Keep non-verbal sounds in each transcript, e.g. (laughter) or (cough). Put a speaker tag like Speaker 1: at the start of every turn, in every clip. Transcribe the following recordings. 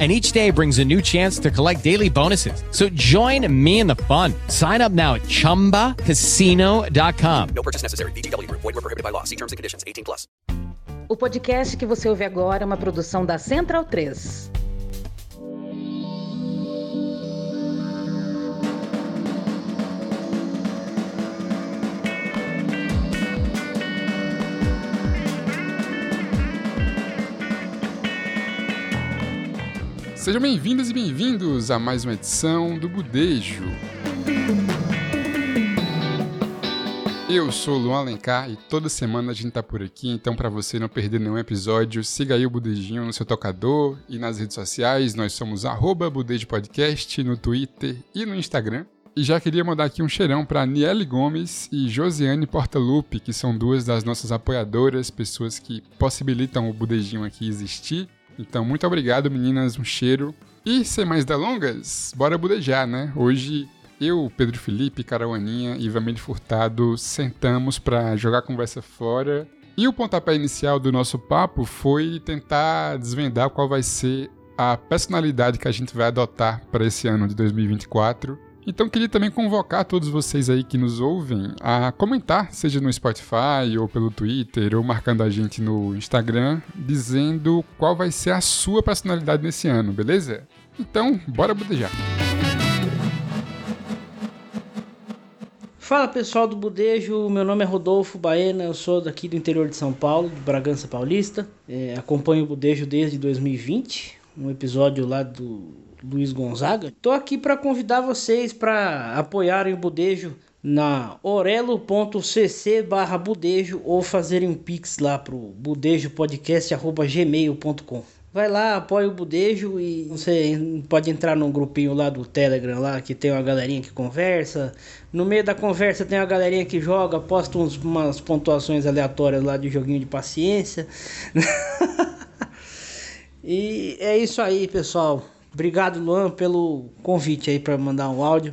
Speaker 1: and each day brings a new chance to collect daily bonuses. So join me in the fun. Sign up now at ChumbaCasino.com.
Speaker 2: No purchase necessary. VGW Group. Void were prohibited by law. See terms and conditions. 18 plus.
Speaker 3: O podcast que você ouve agora é uma produção da Central 3.
Speaker 4: Sejam bem-vindas e bem-vindos a mais uma edição do Budejo. Eu sou o Luan Alencar e toda semana a gente tá por aqui, então para você não perder nenhum episódio, siga aí o Budejinho no seu tocador e nas redes sociais, nós somos arroba Budejo Podcast no Twitter e no Instagram. E já queria mandar aqui um cheirão para Niele Gomes e Josiane Portalupe, que são duas das nossas apoiadoras, pessoas que possibilitam o Budejinho aqui existir. Então, muito obrigado, meninas, um cheiro. E sem mais delongas, bora budejar, né? Hoje eu, Pedro Felipe, Carauaninha e Vamílio Furtado sentamos para jogar a conversa fora. E o pontapé inicial do nosso papo foi tentar desvendar qual vai ser a personalidade que a gente vai adotar para esse ano de 2024. Então queria também convocar todos vocês aí que nos ouvem a comentar, seja no Spotify ou pelo Twitter ou marcando a gente no Instagram, dizendo qual vai ser a sua personalidade nesse ano, beleza? Então, bora bodejar.
Speaker 5: Fala pessoal do Budejo, meu nome é Rodolfo Baena, eu sou daqui do interior de São Paulo, de Bragança Paulista. É, acompanho o Budejo desde 2020, um episódio lá do Luiz Gonzaga. Tô aqui para convidar vocês para apoiarem o Budejo na orelo.cc/budejo ou fazerem um pix lá pro budejopodcast@gmail.com. Vai lá, apoia o Budejo e você pode entrar num grupinho lá do Telegram lá que tem uma galerinha que conversa. No meio da conversa tem uma galerinha que joga, posta uns, umas pontuações aleatórias lá de joguinho de paciência. (laughs) e é isso aí, pessoal. Obrigado, Luan, pelo convite aí para mandar um áudio.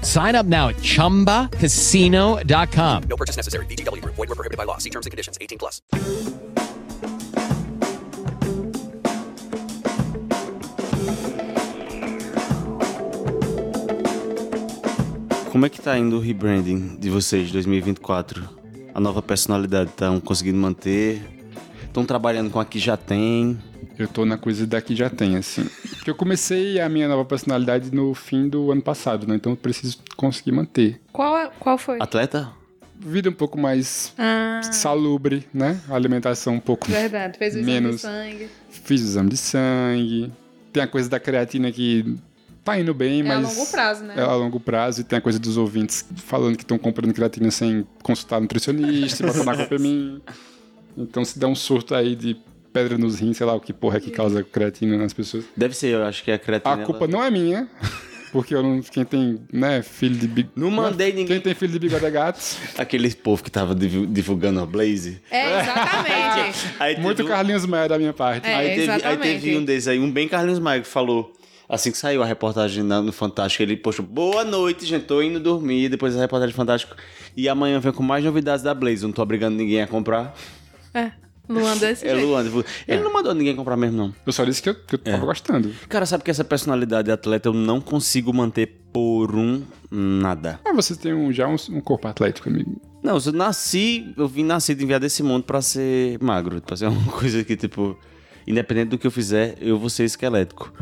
Speaker 1: Sign up now at chumbacasino.com.
Speaker 2: No purchase necessary. VGW Group. Void were prohibited by law. See terms and conditions. 18 plus.
Speaker 6: Como é que tá indo o rebranding de vocês 2024? A nova personalidade estão conseguindo manter? Estão trabalhando com a que já tem?
Speaker 4: Eu tô na coisa daqui já tem, assim. Porque eu comecei a minha nova personalidade no fim do ano passado, né? Então eu preciso conseguir manter.
Speaker 7: Qual, é- qual foi?
Speaker 6: Atleta?
Speaker 4: Vida um pouco mais
Speaker 7: Ah, É.
Speaker 4: salubre, né? Alimentação um pouco.
Speaker 7: verdade. Fez o exame
Speaker 4: Menos.
Speaker 7: de sangue.
Speaker 4: Fiz o exame de sangue. Tem a coisa da creatina que tá indo bem,
Speaker 7: É a
Speaker 4: mas.
Speaker 7: longo prazo, né?
Speaker 4: É a longo prazo e tem a coisa dos ouvintes falando que estão comprando creatina sem consultar nutricionista, botando a culpa em
Speaker 7: (laughs)
Speaker 4: mim. Então se dá um surto aí de pedra nos rins, sei lá o que porra é que causa creatina nas pessoas.
Speaker 6: Deve ser, eu acho que é a
Speaker 4: A
Speaker 6: creatina.
Speaker 4: culpa não é minha, porque eu não. Quem tem, né, filho de bigode.
Speaker 6: Não mandei ninguém.
Speaker 4: Quem tem filho de bigode é
Speaker 6: (laughs)
Speaker 4: gato.
Speaker 6: Aquele povo que tava divu- divulgando a Blaze.
Speaker 7: É, exatamente.
Speaker 6: Aí teve
Speaker 4: Muito
Speaker 6: um-
Speaker 4: Carlinhos Maia da minha parte.
Speaker 7: É,
Speaker 6: Aí teve, aí
Speaker 7: exatamente.
Speaker 6: teve um desses aí, um bem Carlinhos Maia, que falou. Assim que saiu a reportagem na- no Fantástico, ele postou boa noite, gente, tô indo dormir. Depois a reportagem do Fantástico. E amanhã vem com mais novidades da Blaze. eu Não tô obrigando ninguém a comprar.
Speaker 7: (laughs) é. Luan desse
Speaker 6: É
Speaker 7: jeito.
Speaker 6: Luan. tipo, Ele não mandou ninguém comprar mesmo, não.
Speaker 4: Eu só disse que eu, que eu
Speaker 6: É.
Speaker 4: tava gostando.
Speaker 6: Cara, sabe que essa personalidade de atleta eu não consigo manter por um nada.
Speaker 4: Ah, você tem um, já um, um corpo atlético, amigo.
Speaker 6: Não, eu nasci, eu vim nascido enviado desse mundo pra ser magro, pra ser (laughs) uma coisa que, tipo, independente do que eu fizer, eu vou ser esquelético.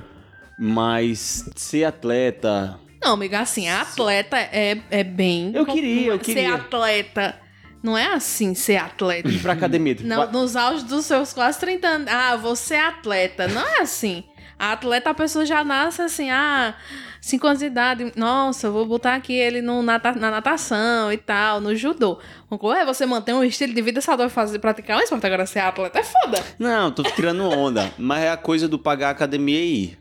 Speaker 6: Mas ser atleta.
Speaker 7: Não, amigo, assim, atleta é, é bem.
Speaker 6: Eu queria, eu queria.
Speaker 7: Ser atleta Não é assim ser atleta.
Speaker 6: (laughs) E pra academia? tipo,
Speaker 7: Não,
Speaker 6: vai-
Speaker 7: nos auges dos seus quase 30 anos. Ah, você é atleta. Não é assim. A atleta, a pessoa já nasce assim, ah, 5 anos de idade. Nossa, eu vou botar aqui ele no nata- na natação e tal, no judô. Uma coisa é você manter um estilo de vida saudável fazer praticar um esporte. Agora, ser atleta é foda.
Speaker 6: Não, tô tirando onda. Mas é a coisa do pagar a academia e ir.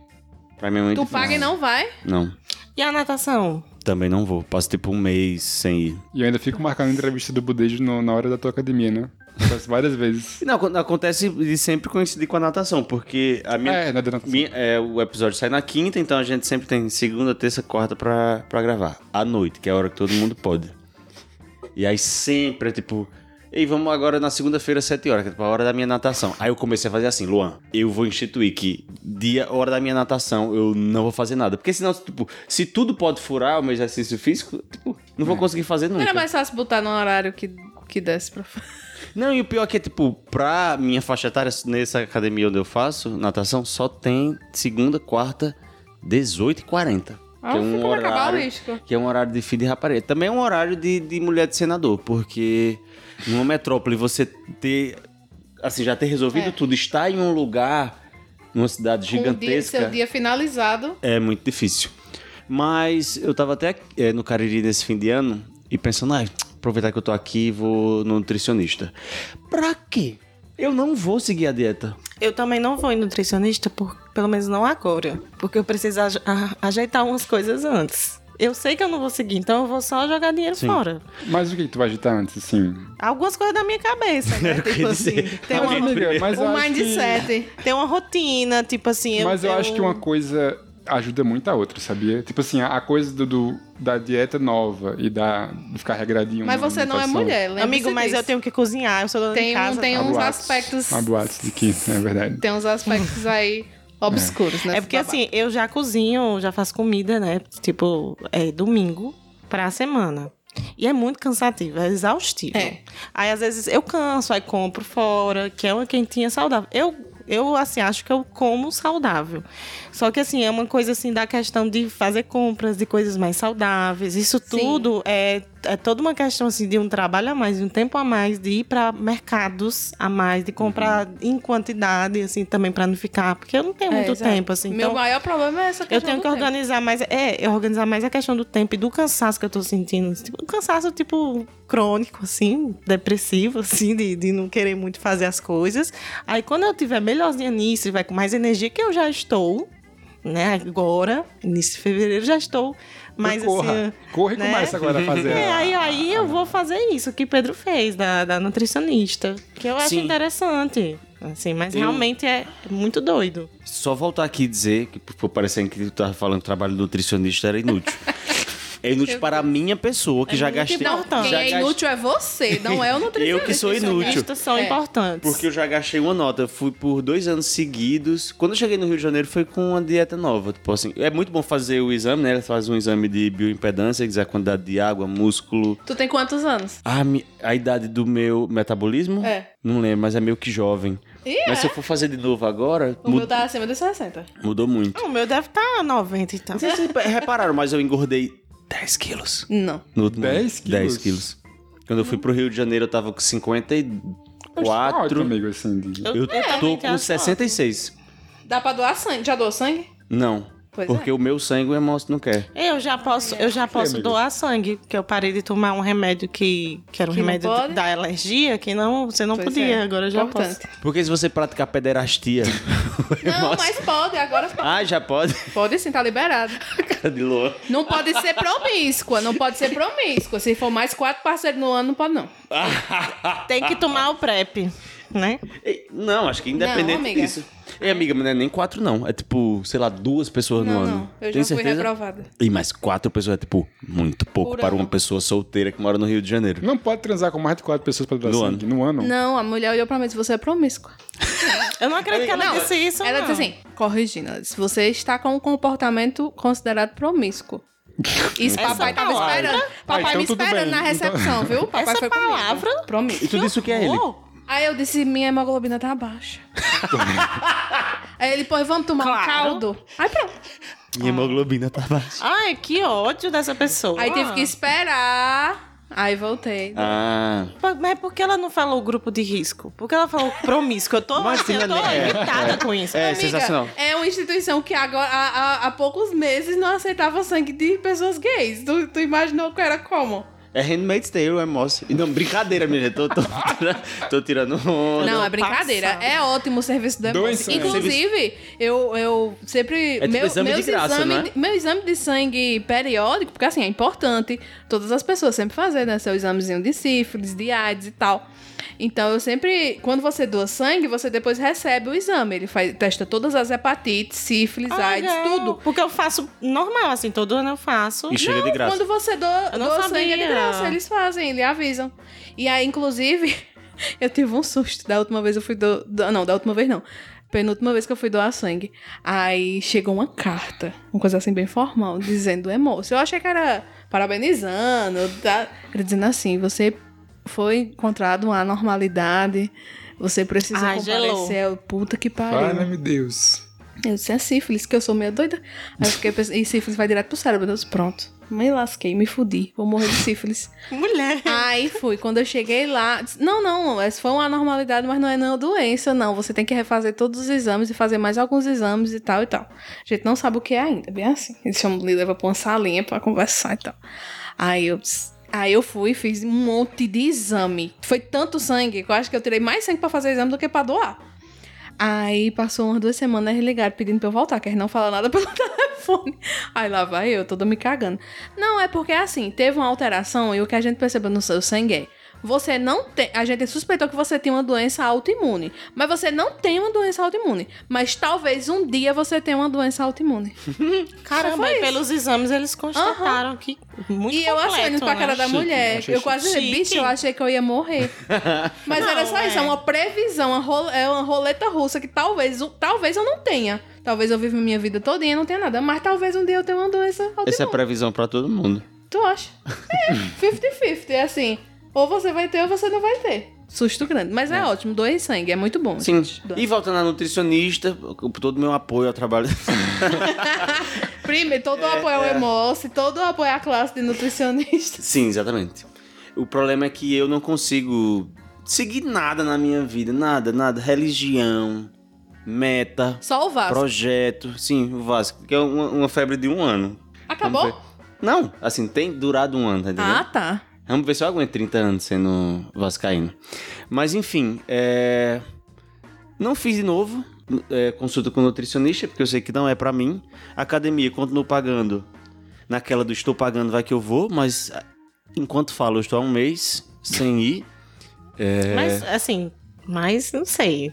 Speaker 6: Pra minha mãe.
Speaker 7: Tu paga e não vai.
Speaker 6: Não.
Speaker 8: E a natação?
Speaker 6: Também não vou. Passo tipo um mês sem ir.
Speaker 4: E eu ainda fico marcando entrevista do Budejo no- na hora da tua academia, né? Acontece várias vezes.
Speaker 6: E Não, acon- acontece de sempre coincidir com a natação, porque a minha.
Speaker 4: É, na da natação.
Speaker 6: minha- é, o episódio sai na quinta, então a gente sempre tem segunda, terça, quarta pra, pra gravar. À noite, que é a hora que todo mundo pode. E aí sempre é tipo. Ei, vamos agora na segunda-feira, às 7 horas, que é tipo a hora da minha natação. Aí eu comecei a fazer assim, Luan, eu vou instituir que dia, hora da minha natação, eu não vou fazer nada. Porque senão, tipo, se tudo pode furar o meu exercício físico, tipo, não
Speaker 4: É.
Speaker 6: vou conseguir fazer
Speaker 7: Não
Speaker 6: nunca.
Speaker 7: era mais fácil botar num horário que, que desse pra (laughs) um fazer.
Speaker 6: Não, e o pior é que, tipo, pra minha faixa etária, nessa academia onde eu faço natação, só tem segunda, quarta, 18 e 40.
Speaker 7: Ah,
Speaker 6: que é
Speaker 7: fica
Speaker 6: um
Speaker 7: pra acabar o
Speaker 6: horário.
Speaker 7: risco.
Speaker 6: Que é um horário de filho de rapariga. Também é um horário de, de mulher de senador, porque numa metrópole você ter. Assim, já ter resolvido
Speaker 7: É.
Speaker 6: tudo, estar em um lugar, numa cidade
Speaker 7: Com o dia,
Speaker 6: gigantesca.
Speaker 7: seu dia finalizado.
Speaker 6: É muito difícil. Mas eu tava até eh, no Cariri nesse fim de ano e pensando, ah, aproveitar que eu tô aqui, vou no nutricionista. Pra quê? Eu não vou seguir a dieta.
Speaker 8: Eu também não vou em nutricionista, por, pelo menos não agora. Porque eu preciso aje- a- ajeitar umas coisas antes. Eu sei que eu não vou seguir, então eu vou só jogar dinheiro fora.
Speaker 4: Mas o que, que tu vai agitar antes, assim?
Speaker 8: Algumas coisas da minha cabeça, né?
Speaker 6: o que (laughs)
Speaker 8: tipo
Speaker 6: eu ia
Speaker 8: assim,
Speaker 6: dizer.
Speaker 8: tem
Speaker 4: Mas,
Speaker 8: uma,
Speaker 6: (laughs)
Speaker 4: amiga, mas eu
Speaker 7: o
Speaker 4: acho que-
Speaker 7: um mindset.
Speaker 8: tem uma rotina, tipo assim...
Speaker 4: Mas eu, acho que uma coisa ajuda muito a outra, sabia? Tipo assim, a, a coisa do, do- da dieta nova e da do ficar
Speaker 6: um
Speaker 4: regradinho.
Speaker 7: Mas
Speaker 4: na
Speaker 7: você não é
Speaker 4: alimentação.
Speaker 7: mulher, lembra?
Speaker 8: Amigo, mas eu tenho que cozinhar, eu sou dona
Speaker 7: Tem
Speaker 8: de
Speaker 7: um-
Speaker 8: casa.
Speaker 7: tem
Speaker 4: Há
Speaker 7: um- uns
Speaker 4: boatos.
Speaker 7: aspectos-
Speaker 4: Há boatos de que, é verdade.
Speaker 7: Tem uns
Speaker 8: (laughs)
Speaker 7: aspectos aí obscuros, né?
Speaker 8: É porque assim, eu já cozinho, já faço comida, né? Tipo, é domingo pra semana. E é muito cansativo, é exaustivo.
Speaker 7: É.
Speaker 8: Aí às vezes eu canso, aí compro fora, que é uma quentinha saudável. Eu, eu assim, acho que eu como saudável. Só que assim, é uma coisa assim da questão de fazer compras de coisas mais saudáveis. Isso tudo é, é toda uma questão assim de um trabalho a mais, de um tempo a mais, de ir para mercados a mais, de comprar
Speaker 7: Uhum.
Speaker 8: em quantidade, assim, também para não ficar, porque eu não tenho
Speaker 7: É,
Speaker 8: muito
Speaker 7: exato.
Speaker 8: tempo, assim.
Speaker 7: Meu
Speaker 8: então,
Speaker 7: maior problema é essa questão
Speaker 8: eu tenho
Speaker 7: do
Speaker 8: que
Speaker 7: tempo.
Speaker 8: organizar mais. É, eu organizar mais a questão do tempo e do cansaço que eu tô sentindo. Tipo, um cansaço, tipo, crônico, assim, depressivo, (laughs) assim, de, de não querer muito fazer as coisas. Aí quando eu tiver melhorzinha nisso, e vai com mais energia que eu já estou, né? Agora, início de fevereiro, já estou mais
Speaker 4: corra,
Speaker 8: assim.
Speaker 4: corra e
Speaker 8: né?
Speaker 4: começa agora a fazer.
Speaker 8: (laughs) É,
Speaker 4: a-
Speaker 8: aí, aí eu vou fazer isso que Pedro fez, da, da nutricionista. Que eu acho
Speaker 6: Sim.
Speaker 8: interessante. Assim, mas
Speaker 6: Eu-
Speaker 8: realmente é muito doido.
Speaker 6: Só voltar aqui e dizer que, por parecendo que tu tava falando que o trabalho do nutricionista era
Speaker 8: (laughs)
Speaker 6: inútil. É inútil para a minha pessoa, que
Speaker 8: É
Speaker 6: já
Speaker 8: muito
Speaker 6: gastei.
Speaker 7: Não,
Speaker 8: importante.
Speaker 7: quem
Speaker 6: já
Speaker 7: é
Speaker 6: gast-
Speaker 7: inútil é você, não é o nutricionista.
Speaker 6: (laughs) Eu que sou inútil.
Speaker 8: Estas são
Speaker 7: É.
Speaker 8: importantes.
Speaker 6: Porque eu já gastei uma nota. Eu fui por dois anos seguidos. Quando eu cheguei no Rio de Janeiro, foi com uma dieta nova. Tipo assim, é muito bom fazer o exame, né? Ela faz um exame de bioimpedância, que diz a quantidade de água, músculo.
Speaker 7: Tu tem quantos anos?
Speaker 6: A, mi- a idade do meu metabolismo?
Speaker 7: É.
Speaker 6: Não lembro, mas é meio que jovem.
Speaker 7: Ih,
Speaker 6: Mas
Speaker 7: é.
Speaker 6: se eu for fazer de novo agora,
Speaker 7: O
Speaker 6: mu-
Speaker 7: meu tá acima dos 60.
Speaker 6: mudou muito.
Speaker 8: Ah, O meu deve estar tá 90 e tal.
Speaker 6: Vocês repararam, mas eu engordei 10 quilos.
Speaker 7: Não.
Speaker 6: No último
Speaker 4: 10
Speaker 6: ano.
Speaker 4: quilos?
Speaker 6: 10 quilos. Quando eu fui pro Rio de Janeiro, eu tava com
Speaker 4: Tá ótimo,
Speaker 6: 54.
Speaker 4: amigo, assim. de-
Speaker 6: Eu tô
Speaker 8: realmente
Speaker 6: com
Speaker 8: acho
Speaker 6: 66.
Speaker 7: Dá pra doar sangue? Já doou sangue?
Speaker 6: Não.
Speaker 7: Pois
Speaker 6: porque
Speaker 7: é.
Speaker 6: o meu sangue o Hemócio não quer.
Speaker 8: Eu já posso, eu já posso
Speaker 4: amiga?
Speaker 8: doar sangue, porque eu parei de tomar um remédio que, que era um
Speaker 7: Que não
Speaker 8: remédio
Speaker 7: pode?
Speaker 8: da alergia, que não, você não
Speaker 7: Pois
Speaker 8: podia,
Speaker 7: é.
Speaker 8: agora eu já
Speaker 7: Importante.
Speaker 6: Porque se você praticar (laughs) pederastia. o
Speaker 7: Não,
Speaker 6: Hemócio-
Speaker 7: mas pode,
Speaker 6: (laughs)
Speaker 7: agora pode.
Speaker 6: Ah, já pode?
Speaker 7: Pode sim, tá liberado.
Speaker 6: (laughs) Cara de Lua.
Speaker 7: Não pode ser promíscua, não pode ser promíscua. Se for mais quatro parceiros no ano, não pode não.
Speaker 8: posso. Tem que tomar o PrEP, né?
Speaker 6: Ei, Não, acho que independente
Speaker 7: Não, amiga.
Speaker 6: disso. Ei, amiga, mas não é nem quatro, não. É tipo, sei lá, duas pessoas no
Speaker 7: Não,
Speaker 6: ano.
Speaker 7: não. Eu
Speaker 6: Tem
Speaker 7: já fui
Speaker 6: certeza?
Speaker 7: reprovada.
Speaker 6: E mais quatro pessoas é, tipo, muito pouco
Speaker 7: Por
Speaker 6: para
Speaker 7: ano.
Speaker 6: uma pessoa solteira que mora no Rio de Janeiro.
Speaker 4: Não pode transar com mais de quatro pessoas pra doar
Speaker 6: No
Speaker 4: sangue no ano.
Speaker 7: Não, a mulher olhou pra mim e disse: Você é promíscua.
Speaker 8: Eu não acredito que ela
Speaker 7: Não,
Speaker 8: disse isso,
Speaker 7: Ela
Speaker 8: não.
Speaker 7: disse assim, corrigindo, ela disse, você está com um comportamento considerado promíscuo. Isso
Speaker 8: Essa
Speaker 7: papai tava
Speaker 8: palavra? Ah,
Speaker 7: esperando. Papai
Speaker 4: então
Speaker 7: me
Speaker 4: tudo
Speaker 7: esperando
Speaker 4: bem.
Speaker 7: na recepção,
Speaker 8: (laughs)
Speaker 7: viu? Papai
Speaker 8: Essa
Speaker 7: foi comigo.
Speaker 8: palavra?
Speaker 6: E
Speaker 7: Promíscuo.
Speaker 6: tu disse o que é ele?
Speaker 8: Uou,
Speaker 7: Aí eu disse, minha hemoglobina tá baixa. Aí ele, pô, vamos tomar um
Speaker 8: Claro.
Speaker 7: caldo. Aí pronto.
Speaker 6: Minha hemoglobina tá baixa.
Speaker 8: Ai, que ódio dessa pessoa.
Speaker 7: Aí teve que esperar Aí voltei.
Speaker 6: Ah.
Speaker 8: Pa- Mas por que ela não falou grupo de risco? Por que ela falou promíscuo?
Speaker 6: (laughs)
Speaker 8: Eu tô,
Speaker 6: Mas
Speaker 8: assim, eu tô
Speaker 6: tem- é,
Speaker 8: irritada
Speaker 6: é.
Speaker 8: com isso.
Speaker 6: É,
Speaker 7: Amiga,
Speaker 6: sensacional.
Speaker 7: É uma instituição que agora, há, há- há poucos meses não aceitava sangue de pessoas gays. Tu, tu imaginou que era como?
Speaker 6: É Handmaid's Tale, é Moss. E Não, brincadeira, minha gente. Tô, tô, tô tirando onda.
Speaker 7: Não, é brincadeira.
Speaker 8: passada.
Speaker 7: É ótimo o serviço do
Speaker 4: Dois
Speaker 7: Emoce.
Speaker 4: sangue.
Speaker 7: Inclusive, eu, eu sempre.
Speaker 6: É tipo exame de
Speaker 7: meus
Speaker 6: graça,
Speaker 7: exame,
Speaker 6: não é?
Speaker 7: Meu exame de sangue periódico, porque assim, é importante. Todas as pessoas sempre fazem, né? Seu examezinho de sífilis, de AIDS e tal. Então, eu sempre. Quando você doa sangue, você depois recebe o exame. Ele faz, testa todas as hepatites, sífilis,
Speaker 8: Ah,
Speaker 7: AIDS,
Speaker 8: legal.
Speaker 7: tudo.
Speaker 8: Porque eu faço normal, assim, todo ano eu faço.
Speaker 6: E chega de graça.
Speaker 7: Quando você doa,
Speaker 8: Eu não
Speaker 7: doa sangue é de
Speaker 8: sabia.
Speaker 7: graça, eles fazem, eles avisam. E aí, inclusive, (laughs) eu tive um susto. Da última vez eu fui do, do- Não, da última vez não. Penúltima vez que eu fui doar sangue. Aí chegou uma carta, uma coisa assim bem formal, dizendo emoção. Eu achei que era parabenizando, tá? Era dizendo assim, você foi encontrado uma anormalidade, você precisa
Speaker 8: Ai, gelou.
Speaker 7: comparecer. Eu, Puta que pariu.
Speaker 4: Fala, meu Deus.
Speaker 7: Eu disse, é sífilis, que eu sou meio doida. Aí eu fiquei pensando, e sífilis vai direto pro cérebro. Eu disse, pronto. Me lasquei, me fudi, vou morrer de sífilis.
Speaker 8: Mulher.
Speaker 7: Aí fui, quando eu cheguei lá, disse, não, não, essa foi uma anormalidade, mas não é não doença, não. Você tem que refazer todos os exames e fazer mais alguns exames e tal e tal. A gente não sabe o que é ainda, bem assim. Eles chamam, me levam pra uma salinha pra conversar e tal. Aí eu disse, Aí eu fui e fiz um monte de exame. Foi tanto sangue que eu acho que eu tirei mais sangue pra fazer exame do que pra doar. Aí passou umas duas semanas, eles ligaram pedindo pra eu voltar, que eles não falam nada (laughs) pelo telefone. Aí lá vai eu, toda me cagando. Não, é porque assim, teve uma alteração e o que a gente percebeu no seu sangue é. Você não tem. A gente suspeitou que você tinha uma doença autoimune. Mas você não tem uma doença autoimune. Mas talvez um dia você tenha uma doença autoimune. Só
Speaker 8: Caramba,
Speaker 7: foi
Speaker 8: e pelos exames eles constataram que muito
Speaker 7: e eu achando
Speaker 8: completo,
Speaker 7: pra cara
Speaker 8: né?
Speaker 7: da mulher.
Speaker 6: achei
Speaker 7: Eu quase,
Speaker 8: chique.
Speaker 7: bicho, eu achei que eu ia
Speaker 8: (laughs)
Speaker 7: morrer. Mas
Speaker 8: Não,
Speaker 7: era só isso, é
Speaker 8: é.
Speaker 7: uma previsão, uma rol- é uma roleta russa que talvez, talvez eu não tenha. Talvez eu viva minha vida toda e não tenha nada. Mas talvez um dia eu tenha uma doença
Speaker 6: Essa é
Speaker 7: autoimune.
Speaker 6: previsão pra todo mundo.
Speaker 7: Tu acha?
Speaker 6: (laughs)
Speaker 7: É, 50-50, é assim. Ou você vai ter ou você não vai ter. Susto grande. Mas é, ótimo, doe sangue, é muito bom.
Speaker 6: Sim.
Speaker 7: gente. Doe.
Speaker 6: E voltando à nutricionista, com todo o meu apoio ao trabalho.
Speaker 7: Primeiro, todo
Speaker 6: É,
Speaker 7: o apoio ao Emoce, todo o apoio à classe de
Speaker 6: (laughs)
Speaker 7: nutricionista.
Speaker 6: Sim, exatamente. O problema é que eu não consigo seguir nada na minha vida. Nada, nada. Religião, meta,
Speaker 7: Só o Vasco.
Speaker 6: projeto. Sim, o Vasco. Que é uma, uma febre de um ano. Vamos
Speaker 7: Acabou?
Speaker 6: ver. Não, assim, tem durado um ano, tá entendendo?
Speaker 7: Ah, tá.
Speaker 6: Vamos ver se eu aguento 30 anos sendo vascaíno. Mas enfim, é... não fiz de novo é, consulta com nutricionista, porque eu sei que não é pra mim. Academia, continuo pagando naquela do estou pagando, vai que eu vou, mas ah, enquanto falo, eu estou há um mês sem ir.
Speaker 8: Mas, assim, mas não sei.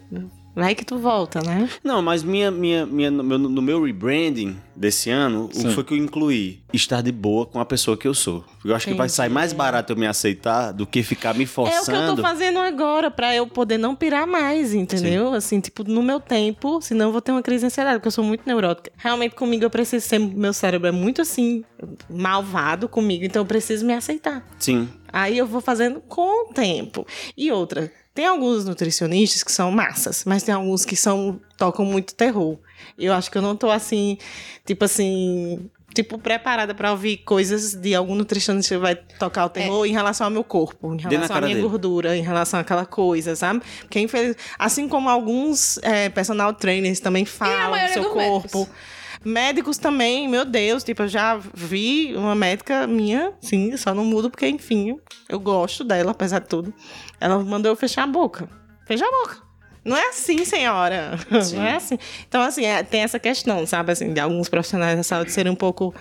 Speaker 8: Vai que tu volta, né?
Speaker 6: Não, mas minha, minha, minha, no meu, no meu rebranding desse ano,
Speaker 4: Sim.
Speaker 6: o foi que eu incluí estar de boa com a pessoa que eu sou. Eu acho que vai
Speaker 8: Entendi.
Speaker 6: sair mais barato eu me aceitar do que ficar me
Speaker 8: É o que eu tô
Speaker 6: forçando.
Speaker 8: fazendo agora, pra eu poder não pirar mais, entendeu? Assim, tipo, no meu tempo, senão eu vou ter uma crise de ansiedade, porque eu sou muito neurótica. Realmente, comigo, eu preciso ser... Meu cérebro é muito, assim, malvado comigo, então eu preciso me aceitar.
Speaker 6: Sim.
Speaker 8: Aí eu vou fazendo com o tempo. E outra, tem alguns nutricionistas que são massas, mas tem alguns que são tocam muito terror. Eu acho que eu não tô assim, tipo assim, tipo preparada pra ouvir coisas de algum nutricionista que vai tocar o terror em relação ao meu corpo, em
Speaker 6: É. na
Speaker 8: relação à
Speaker 6: cara
Speaker 8: minha
Speaker 6: dele.
Speaker 8: gordura, em relação àquela coisa, sabe? Porque infeliz... assim como alguns eh, personal trainers também falam do
Speaker 7: maioria
Speaker 8: seu
Speaker 7: dos
Speaker 8: corpo.
Speaker 7: médicos.
Speaker 8: Médicos também, meu Deus, tipo, eu já vi uma médica minha, sim, só não mudo porque, enfim, eu gosto dela, apesar de tudo. Ela mandou eu fechar a boca. Fecha a boca. Não é assim, senhora. (laughs) Não é assim. Então, assim, é- tem essa questão, sabe, assim, de alguns profissionais da saúde serem um pouco.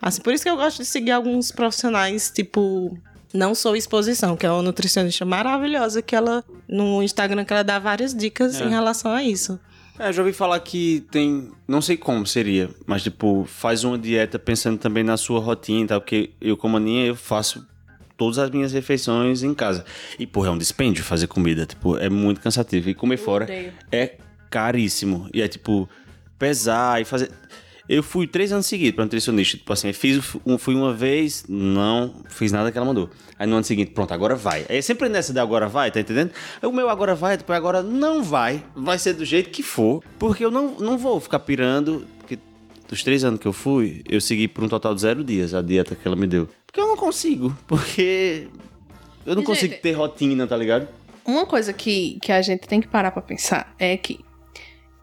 Speaker 8: Assim, por isso que eu gosto de seguir alguns profissionais, tipo. Não sou exposição, que é uma nutricionista maravilhosa que ela, no Instagram, que ela dá várias dicas
Speaker 6: É.
Speaker 8: em relação a isso.
Speaker 6: É, já ouvi falar que tem. Não sei como seria, mas tipo, faz uma dieta pensando também na sua rotina e tal, porque eu, como aninha, eu faço todas as minhas refeições em casa. E, porra, é um dispêndio fazer comida, tipo, é muito cansativo. E comer fora
Speaker 7: Odeio.
Speaker 6: é caríssimo. E é tipo, pesar e fazer. Eu fui três anos seguidos pra nutricionista. Tipo assim, eu fiz, um- fui uma vez, não fiz nada que ela mandou. Aí no ano seguinte, pronto, agora vai. É sempre nessa de agora vai, tá entendendo? O meu agora vai, depois agora não vai. Vai ser do jeito que for. Porque eu não, não vou ficar pirando. Porque dos três anos que eu fui, eu segui por um total de zero dias a dieta que ela me deu. Porque eu não consigo. Porque eu não
Speaker 7: Gente,
Speaker 6: consigo ter rotina, tá ligado?
Speaker 7: Uma coisa que, que a gente tem que parar pra pensar é que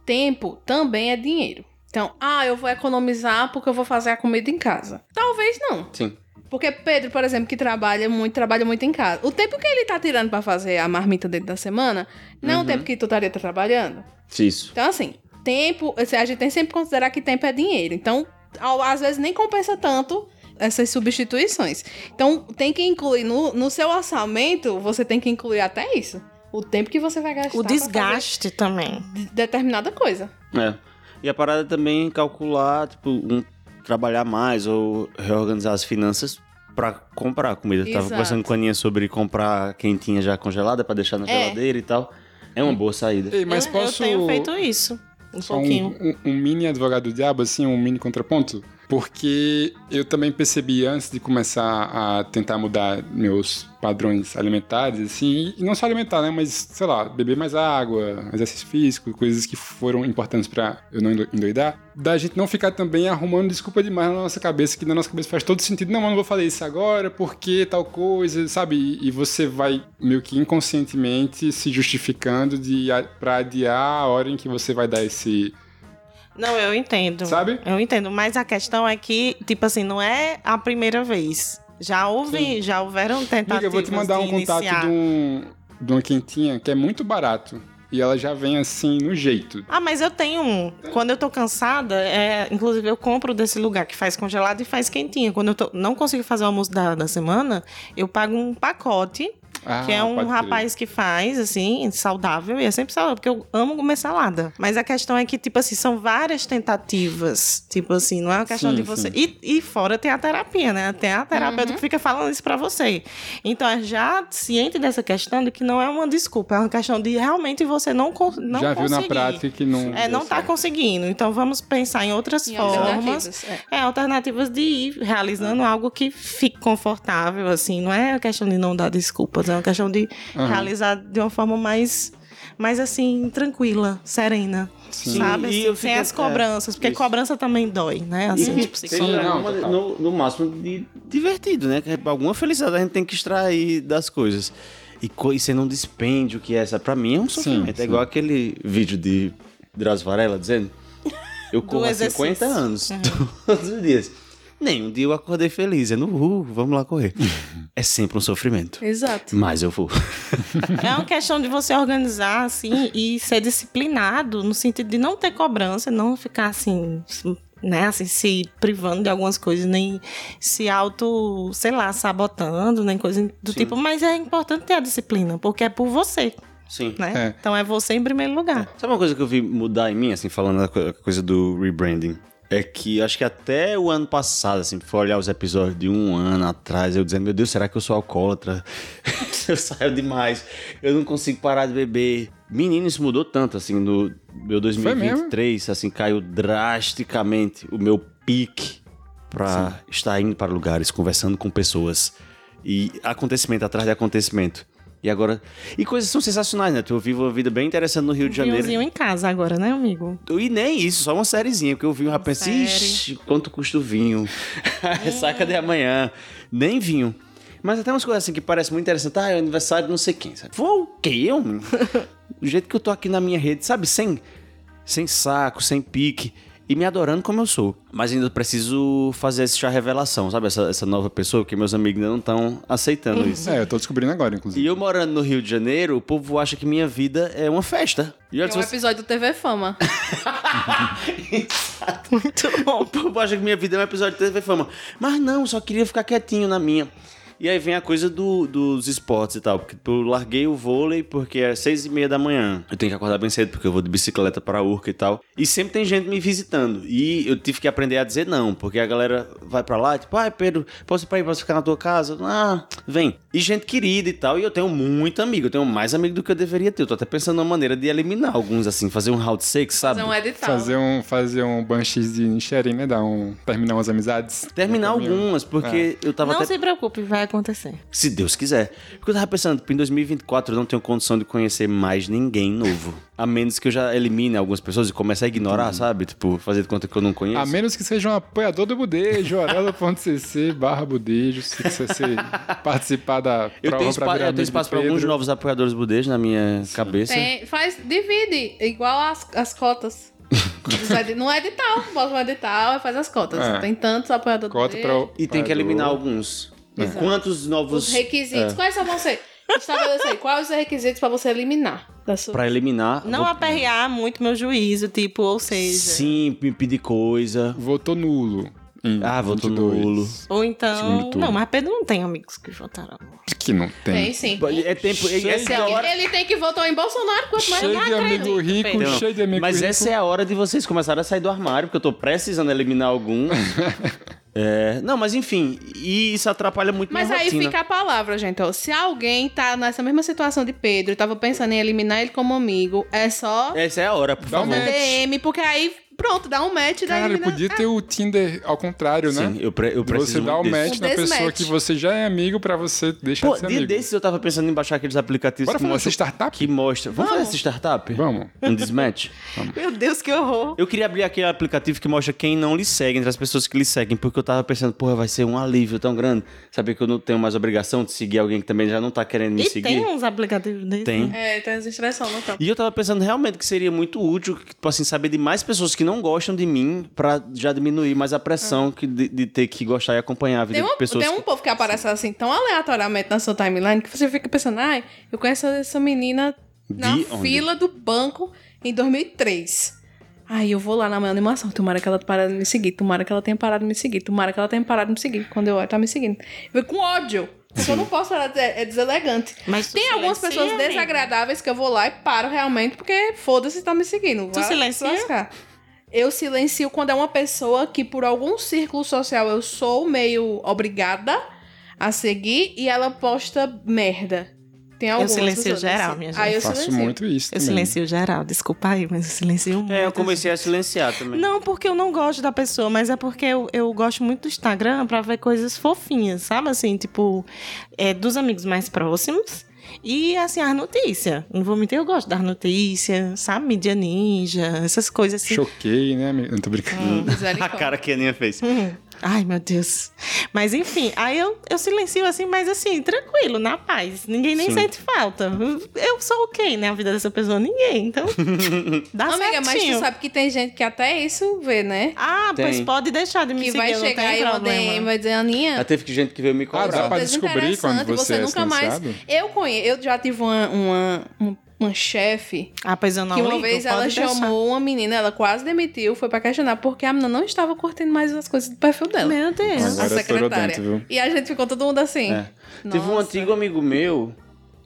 Speaker 7: tempo também é dinheiro. Então, ah, eu vou economizar porque eu vou fazer a comida em casa. Talvez não.
Speaker 6: Sim.
Speaker 7: Porque Pedro, por exemplo, que trabalha muito, trabalha muito em casa. O tempo que ele tá tirando pra fazer a marmita dentro da semana não é o tempo que tu estaria trabalhando.
Speaker 6: Isso.
Speaker 7: Então, assim, tempo. assim, A gente tem que sempre que considerar que tempo é dinheiro. Então, ao- às vezes nem compensa tanto essas substituições. Então, tem que incluir no, no seu orçamento, você tem que incluir até isso. O tempo que você vai gastar.
Speaker 8: O
Speaker 7: pra
Speaker 8: desgaste também.
Speaker 7: fazer de- determinada coisa.
Speaker 6: É. E a parada também é calcular, tipo, um- trabalhar mais ou reorganizar as finanças pra comprar comida. Eu Tava
Speaker 7: Exato.
Speaker 6: conversando com a Aninha sobre comprar quentinha já congelada pra deixar na
Speaker 7: É.
Speaker 6: geladeira e tal. É uma boa saída.
Speaker 4: Ei, mas
Speaker 8: eu,
Speaker 4: posso.
Speaker 8: eu tenho feito isso. Um
Speaker 4: Só um,
Speaker 8: pouquinho.
Speaker 4: um- um mini advogado do diabo, assim, um mini contraponto. Porque eu também percebi antes de começar a tentar mudar meus padrões alimentares, assim, e não só alimentar, né? Mas, sei lá, beber mais água, exercício físico, coisas que foram importantes pra eu não endo- endoidar. Da gente não ficar também arrumando desculpa demais na nossa cabeça, que na nossa cabeça faz todo sentido. Não, eu não vou fazer isso agora, porque tal coisa, sabe? E, e você vai meio que inconscientemente se justificando de, a- pra adiar a hora em que você vai dar esse
Speaker 8: Não, eu entendo.
Speaker 4: Sabe?
Speaker 8: Eu entendo, mas a questão é que, tipo assim, não é a primeira vez. Já houve, já houveram tentativas
Speaker 4: Amiga, eu vou te mandar
Speaker 8: de
Speaker 4: um contato
Speaker 8: iniciar.
Speaker 4: de, um, de uma quentinha que é muito barato. E ela já vem assim, no jeito.
Speaker 8: Ah, mas eu tenho um. Quando eu tô cansada, é, inclusive eu compro desse lugar que faz congelado e faz quentinha. Quando eu tô- não consigo fazer o almoço da, da semana, eu pago um pacote,
Speaker 4: Ah,
Speaker 8: que é um
Speaker 4: pode crer.
Speaker 8: rapaz que faz, assim, saudável, e é sempre saudável, porque eu amo comer salada. Mas a questão é que, tipo assim, são várias tentativas. Tipo assim, não é uma questão
Speaker 4: Sim,
Speaker 8: de você.
Speaker 4: sim. Uhum.
Speaker 8: E, e fora tem a terapia, né? Tem a terapeuta que fica falando isso pra você. Então, é já ciente dessa questão de que não é uma desculpa, é uma questão de realmente você não, con- não
Speaker 4: já viu na
Speaker 8: conseguir.
Speaker 4: prática assim. que não.
Speaker 8: É, não tá conseguindo. Então vamos pensar em outras
Speaker 7: Em
Speaker 8: formas.
Speaker 7: alternativas, é.
Speaker 8: É, alternativas de ir realizando algo que fique confortável, assim. Não é questão de não dar desculpas, é uma questão de
Speaker 4: Aham.
Speaker 8: realizar de uma forma mais, mais assim, tranquila, serena.
Speaker 4: Sim.
Speaker 8: Sabe?
Speaker 6: E
Speaker 8: Assim,
Speaker 6: eu
Speaker 8: sem
Speaker 6: fico- é.
Speaker 8: as cobranças, porque
Speaker 6: isso.
Speaker 8: cobrança também dói, né? Assim,
Speaker 6: E
Speaker 8: tipo,
Speaker 6: que
Speaker 8: se
Speaker 4: Sim,
Speaker 6: seja
Speaker 8: cobrar.
Speaker 4: não,
Speaker 6: uma-
Speaker 4: total.
Speaker 6: no, no máximo de divertido, né? Que alguma felicidade a gente tem que extrair das coisas. E, co e você não despende o que é essa. Pra mim é um
Speaker 4: Sim,
Speaker 6: sofrimento.
Speaker 4: sim.
Speaker 6: É igual aquele vídeo de Drauzio Varela dizendo: Eu corro há
Speaker 8: exercício.
Speaker 6: 50 anos, todos os dias. Nem um dia eu acordei feliz. É no uh, vamos lá correr. é sempre um sofrimento.
Speaker 7: Exato.
Speaker 6: Mas eu vou.
Speaker 8: É uma questão de você organizar, assim, e ser disciplinado, no sentido de não ter cobrança, não ficar assim, né, assim, se privando de algumas coisas, nem se auto, sei lá, sabotando, nem coisa do tipo. Mas é importante ter a disciplina, porque é por você,
Speaker 6: Sim.
Speaker 8: né?
Speaker 4: É.
Speaker 8: Então é você em primeiro lugar.
Speaker 6: É. Sabe uma coisa que eu vi mudar em mim, assim, falando da co- coisa do rebranding? É que acho que até o ano passado, assim, for olhar os episódios de um ano atrás, eu dizendo, meu Deus, será que eu sou alcoólatra? (laughs) eu saio demais, eu não consigo parar de beber. Menino, isso mudou tanto, assim, no meu 2023, assim, caiu drasticamente o meu pique pra estar indo para lugares, conversando com pessoas e acontecimento atrás de acontecimento. E agora. E coisas são sensacionais, né? Tu vive uma vida bem interessante no
Speaker 8: Um
Speaker 6: Rio de Janeiro.
Speaker 8: Vinhozinho em casa agora, né, amigo?
Speaker 6: E nem isso, só uma sériezinha, porque eu vi um rapaz assim,
Speaker 8: série.
Speaker 6: "Ixi, quanto custa o vinho? (laughs) Saca de amanhã. Nem vinho. Mas até umas coisas assim que parecem muito interessantes. Ah, é o aniversário de não sei quem. Sabe? Vou o quê? Eu? menino? Do jeito que eu tô aqui na minha rede, sabe? Sem, sem saco, sem pique. E me adorando como eu sou. Mas ainda preciso fazer esse chá revelação, sabe? Essa, essa nova pessoa, porque meus amigos ainda não estão aceitando isso.
Speaker 4: É, eu tô descobrindo agora,
Speaker 6: E
Speaker 4: inclusive.
Speaker 6: eu morando no Rio de Janeiro, o povo acha que minha vida é uma festa. E olha,
Speaker 7: É
Speaker 6: se
Speaker 7: um
Speaker 6: você-
Speaker 7: episódio do TV Fama.
Speaker 4: Ah,
Speaker 8: Muito
Speaker 6: O (laughs)
Speaker 8: bom.
Speaker 6: povo acha que minha vida é um episódio de TV Fama. Mas não, só queria ficar quietinho na minha. E aí vem a coisa do- dos esportes e tal. Porque tipo, eu larguei o vôlei porque é seis e meia da manhã. Eu tenho que acordar bem cedo porque eu vou de bicicleta pra Urca e tal. E sempre tem gente me visitando. E eu tive que aprender a dizer não. Porque a galera vai pra lá e tipo, ai Pedro, posso ir pra aí, posso ficar na tua casa? Ah, vem. E E gente querida e tal. E eu tenho muito amigo. Eu tenho mais amigo do que eu deveria ter. Eu tô até pensando numa maneira de eliminar alguns, assim. Fazer um round six, sabe?
Speaker 7: Fazer um edital.
Speaker 4: Fazer um, fazer um Banshees de Nishirin, né? Dar um, terminar umas amizades.
Speaker 6: Terminar
Speaker 4: No caminho.
Speaker 6: algumas, porque eu tava
Speaker 8: Não
Speaker 6: até...
Speaker 8: se preocupe, vai acontecer.
Speaker 6: Se Deus quiser. Porque eu tava pensando, tipo, em 2024 eu não tenho condição de conhecer mais ninguém novo. A menos que eu já elimine algumas pessoas e comece a ignorar, sabe? Tipo, fazer de conta que eu não conheço.
Speaker 4: A menos que seja um apoiador do Budejo, orelha.cc (laughs) barra Budejo, se quiser ser- participar da
Speaker 6: Eu
Speaker 4: prova
Speaker 6: tenho,
Speaker 4: pra
Speaker 6: espa-
Speaker 4: virar
Speaker 6: eu
Speaker 4: amigo
Speaker 6: tenho
Speaker 4: do
Speaker 6: espaço pra alguns
Speaker 4: Pedro.
Speaker 6: novos apoiadores budejos na minha cabeça.
Speaker 7: Tem, faz, divide, igual as,
Speaker 4: (laughs)
Speaker 7: as cotas. Dos edi- Não é edital, bota um edital e faz as cotas.
Speaker 4: É.
Speaker 7: Tem tantos apoiadores.
Speaker 4: Cota pra o-
Speaker 6: E tem que
Speaker 4: apoiador.
Speaker 6: eliminar alguns. E
Speaker 7: Exato.
Speaker 6: quantos novos.
Speaker 7: Os requisitos.
Speaker 6: É.
Speaker 7: Quais são você? Estabelecer quais os requisitos pra você eliminar da sua.
Speaker 6: Pra eliminar.
Speaker 8: Não
Speaker 6: vou-
Speaker 8: aperrear muito meu juízo, tipo, ou seja.
Speaker 6: Sim, me pedir coisa.
Speaker 4: Votou nulo. em
Speaker 6: Ah, votou nulo.
Speaker 8: Ou
Speaker 4: Segundo
Speaker 8: então.
Speaker 4: turno.
Speaker 8: Não, mas Pedro não tem amigos que votaram.
Speaker 4: Que não
Speaker 7: Tem
Speaker 4: tem.
Speaker 7: sim.
Speaker 6: É tempo.
Speaker 4: Chega.
Speaker 6: Essa é a hora.
Speaker 7: Ele tem que votar em Bolsonaro quanto mais.
Speaker 4: Cheio de
Speaker 8: acredito,
Speaker 4: amigo rico,
Speaker 8: Pedro.
Speaker 4: cheio de amigo
Speaker 6: Mas
Speaker 4: rico.
Speaker 6: essa é a hora de vocês começarem a sair do armário, porque eu tô precisando eliminar
Speaker 4: (laughs)
Speaker 6: alguns. É, não, mas enfim, e isso atrapalha muito
Speaker 7: Mas
Speaker 6: minha
Speaker 7: aí
Speaker 6: rotina.
Speaker 7: fica a palavra, gente. ó. se alguém tá nessa mesma situação de Pedro e tava pensando em eliminar ele como amigo, é só
Speaker 6: Essa é a hora, por
Speaker 4: Dá um
Speaker 6: favor.
Speaker 7: manda
Speaker 4: match.
Speaker 7: DM, porque aí pronto, dá um match da
Speaker 4: Cara,
Speaker 7: elimina...
Speaker 4: podia ter o Tinder ao contrário,
Speaker 6: Sim,
Speaker 4: né?
Speaker 6: eu, pre eu
Speaker 4: De
Speaker 6: preciso
Speaker 4: Você dá o
Speaker 6: muito desse.
Speaker 4: match
Speaker 7: Um
Speaker 4: na pessoa
Speaker 7: desmatch.
Speaker 4: que você já é amigo pra você deixar
Speaker 6: Pô,
Speaker 4: de ser
Speaker 6: dia
Speaker 4: amigo.
Speaker 6: desses eu tava pensando em baixar aqueles aplicativos
Speaker 4: Bora
Speaker 6: que
Speaker 4: falar
Speaker 6: mostram-
Speaker 4: dessa startup?
Speaker 6: Que mostra. Vamos, fazer essa startup?
Speaker 4: Vamos.
Speaker 6: Um desmatch?
Speaker 7: Ah,
Speaker 8: Meu Deus, que horror.
Speaker 6: Eu queria abrir aquele aplicativo que mostra quem não lhe segue, entre as pessoas que lhe seguem, porque eu tava pensando, porra, vai ser um alívio tão grande saber que eu não tenho mais obrigação de seguir alguém que também já não tá querendo me
Speaker 8: E
Speaker 6: seguir.
Speaker 8: tem um. uns aplicativos desses.
Speaker 6: Tem.
Speaker 7: É, tem as instruções, não estão.
Speaker 6: E eu tava pensando realmente que seria muito útil, tipo assim, saber de mais pessoas que não gostam de mim pra já diminuir mais a pressão que de, de ter que gostar e acompanhar a vida
Speaker 7: Tem,
Speaker 6: de
Speaker 7: uma,
Speaker 6: pessoas.
Speaker 7: tem um povo que aparece assim tão aleatoriamente na sua timeline que você fica pensando, ai, eu conheço essa menina na
Speaker 6: De onde?
Speaker 7: fila do banco em 2003. Aí eu vou lá na minha animação, tomara que ela parado de me seguir, tomara que ela tenha parado de me seguir, tomara que ela tenha parado de me seguir. Quando eu olho, tá me seguindo. Eu fico com ódio. Porque eu
Speaker 6: Uhum.
Speaker 7: não posso parar, de- é deselegante.
Speaker 8: Mas tu
Speaker 7: Tem algumas
Speaker 8: silencia,
Speaker 7: pessoas
Speaker 8: amiga?
Speaker 7: desagradáveis que eu vou lá e paro realmente, porque foda-se, tá me seguindo. Vai
Speaker 8: silencia?
Speaker 7: se lascar. Eu silencio quando é uma pessoa que, por algum círculo social, eu sou meio obrigada a seguir e ela posta merda. Tem algumas
Speaker 8: silencio
Speaker 7: pessoas
Speaker 8: geral,
Speaker 7: assim.
Speaker 8: minha gente.
Speaker 7: Aí eu
Speaker 4: Faço
Speaker 7: silencio.
Speaker 4: muito isso.
Speaker 8: Eu
Speaker 4: também.
Speaker 8: silencio geral, desculpa aí, mas eu silencio muito. assim.
Speaker 6: É, eu comecei a silenciar também.
Speaker 8: Não, porque eu não gosto da pessoa, mas é porque eu, eu gosto muito do Instagram pra ver coisas fofinhas, sabe? Assim, tipo, é, dos amigos mais próximos. E, assim, as notícias. Não vou mentir, eu gosto das notícias, sabe? Mídia ninja, essas coisas assim.
Speaker 4: Choquei, né? amigo? Não tô brincando.
Speaker 6: (laughs) A
Speaker 7: (laughs) Misericórdia.
Speaker 6: cara que a Aninha fez.
Speaker 8: Hum. Ai, meu Deus. Mas, enfim, aí eu, eu silencio assim, mas assim, tranquilo, na paz. Ninguém nem
Speaker 6: Sim.
Speaker 8: sente falta. Eu sou o quem, né? A vida dessa pessoa, ninguém.
Speaker 6: (laughs)
Speaker 8: Então, dá
Speaker 7: Amiga,
Speaker 8: certinho.
Speaker 7: mas tu sabe que tem gente que até isso vê, né?
Speaker 8: Ah,
Speaker 6: Tem.
Speaker 8: pois pode deixar de me
Speaker 7: Que
Speaker 8: seguir,
Speaker 7: vai
Speaker 8: eu não
Speaker 7: chegar
Speaker 8: tenho
Speaker 7: aí uma
Speaker 8: problema.
Speaker 7: DM vai dizer, Aninha,
Speaker 6: Já teve que gente que veio me
Speaker 4: Ah, dá
Speaker 6: cobrar.
Speaker 4: pra descobrir quando
Speaker 7: desinteressante,
Speaker 4: você, é
Speaker 7: nunca mais.
Speaker 4: silenciado?
Speaker 7: Eu conheço, eu já tive uma, uma, uma, uma chefe
Speaker 8: Ah, pois eu não
Speaker 7: que uma
Speaker 8: ligo,
Speaker 7: vez
Speaker 8: pode
Speaker 7: ela
Speaker 8: deixar.
Speaker 7: chamou uma menina, ela quase demitiu, foi pra questionar porque a menina não estava curtindo mais as coisas do perfil dela.
Speaker 8: Meu Deus.
Speaker 4: Agora
Speaker 7: a
Speaker 4: estourou
Speaker 7: secretária.
Speaker 4: dentro, viu?
Speaker 7: E a gente ficou todo mundo assim.
Speaker 6: É.
Speaker 7: Nossa.
Speaker 6: Teve um antigo amigo meu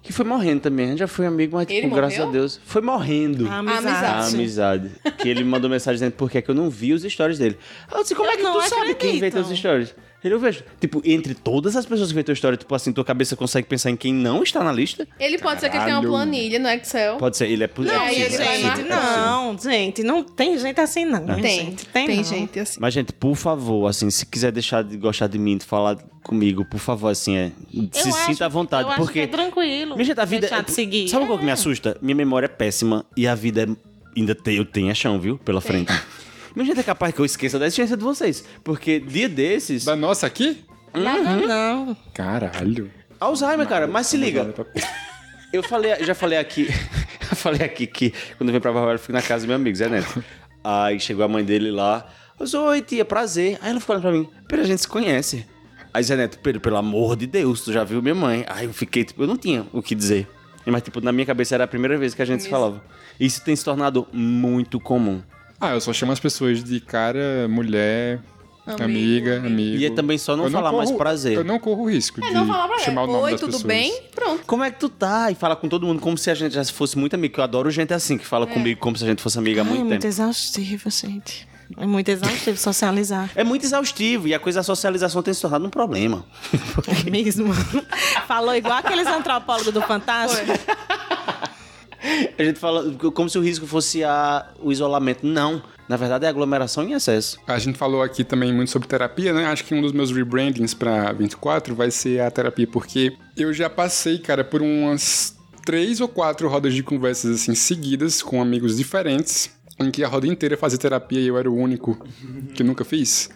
Speaker 6: que foi morrendo também. A gente já foi amigo, mas
Speaker 7: Ele
Speaker 6: tipo, graças a
Speaker 7: morreu? Ah,
Speaker 6: Deus. Foi morrendo.
Speaker 8: A
Speaker 6: A
Speaker 8: amizade.
Speaker 7: amizade.
Speaker 6: amizade. que ele mandou mensagem dizendo por que é que eu não vi os stories dele. Aí Eu disse, como
Speaker 8: Eu
Speaker 6: é que
Speaker 8: não
Speaker 6: tu sabe
Speaker 8: acredito.
Speaker 6: quem vê teus stories? Ele, eu vejo. Tipo, entre todas as pessoas que vê teu story, tipo assim, tua cabeça consegue pensar em quem não está na lista?
Speaker 7: Ele pode ser que ele tenha uma
Speaker 4: Caralho.
Speaker 7: planilha no Excel.
Speaker 6: Pode ser, ele é possível.
Speaker 7: Não,
Speaker 6: é
Speaker 7: e ele
Speaker 6: possível,
Speaker 7: vai
Speaker 6: é
Speaker 8: gente,
Speaker 7: marcar.
Speaker 6: possível, é possível.
Speaker 8: não, gente, não tem gente assim não. minha
Speaker 7: Tem,
Speaker 8: gente, tem, não.
Speaker 7: gente assim.
Speaker 6: Mas, gente, por favor, assim, se quiser deixar de gostar de mim, de falar comigo, por favor, assim, é,
Speaker 8: Eu
Speaker 6: se
Speaker 8: acho-
Speaker 6: sinta à vontade,
Speaker 8: eu acho
Speaker 6: porque...
Speaker 8: que é tranquilo.
Speaker 6: Minha gente, a vida. é
Speaker 8: Deixar de seguir. Uhum.
Speaker 6: Sabe qual que me assusta? Minha memória é péssima e a vida é- ainda tem, eu tenho a chão, viu? Pela frente. Minha gente, é capaz que eu esqueça da existência de vocês. Porque dia
Speaker 7: Ah.
Speaker 6: desses.
Speaker 4: Da nossa aqui?
Speaker 8: Não, não.
Speaker 4: Caralho. tá-
Speaker 6: Alzheimer, cara. Mas se liga. Eu falei, já falei aqui. (laughs) eu falei aqui que quando eu vim pra Barbalha, eu fico na casa dos meus amigos, é neto. Aí chegou a mãe dele lá. Eu disse, oi, tia, prazer. Aí ela ficou olhando pra mim, Pedro, a gente se conhece. Aí Zé Neto, Pedro, pelo amor de Deus, tu já viu minha mãe. Aí eu fiquei, tipo, eu não tinha o que dizer. Mas, tipo, na minha cabeça era a primeira vez que a gente se falava. Isso tem se tornado muito comum.
Speaker 4: Ah, eu só chamo as pessoas de cara, mulher,
Speaker 7: Amigo,
Speaker 4: amiga, amigo.
Speaker 6: E é também só não
Speaker 4: Eu
Speaker 6: falar mais
Speaker 4: corro-
Speaker 6: prazer.
Speaker 4: Eu não corro o risco
Speaker 7: É,
Speaker 4: de
Speaker 7: não falar pra
Speaker 4: chamar o
Speaker 7: ela.
Speaker 4: nome
Speaker 7: Oi,
Speaker 4: das
Speaker 7: tudo
Speaker 4: pessoas.
Speaker 7: bem? Pronto.
Speaker 6: Como é que tu tá? E fala com todo mundo como se a gente já fosse muito amigo. Que eu adoro gente assim, que fala comigo como se a gente fosse amiga há
Speaker 8: Ai, é
Speaker 6: muito
Speaker 8: muito
Speaker 6: tempo.
Speaker 8: exaustivo, gente. É muito exaustivo socializar.
Speaker 4: (laughs)
Speaker 6: É muito exaustivo e a coisa da socialização tem se tornado um problema.
Speaker 8: É
Speaker 4: (laughs)
Speaker 8: mesmo. Falou igual aqueles antropólogos do Fantástico.
Speaker 6: (laughs) A gente fala como se o risco fosse a- o isolamento. Não. Na verdade, é aglomeração em excesso.
Speaker 4: A gente falou aqui também muito sobre terapia, né? Acho que um dos meus rebrandings pra 24 vai ser a terapia, porque eu já passei, cara, por umas três ou quatro rodas de conversas assim seguidas com amigos diferentes, em que a roda inteira fazia terapia e eu era o único que nunca fiz.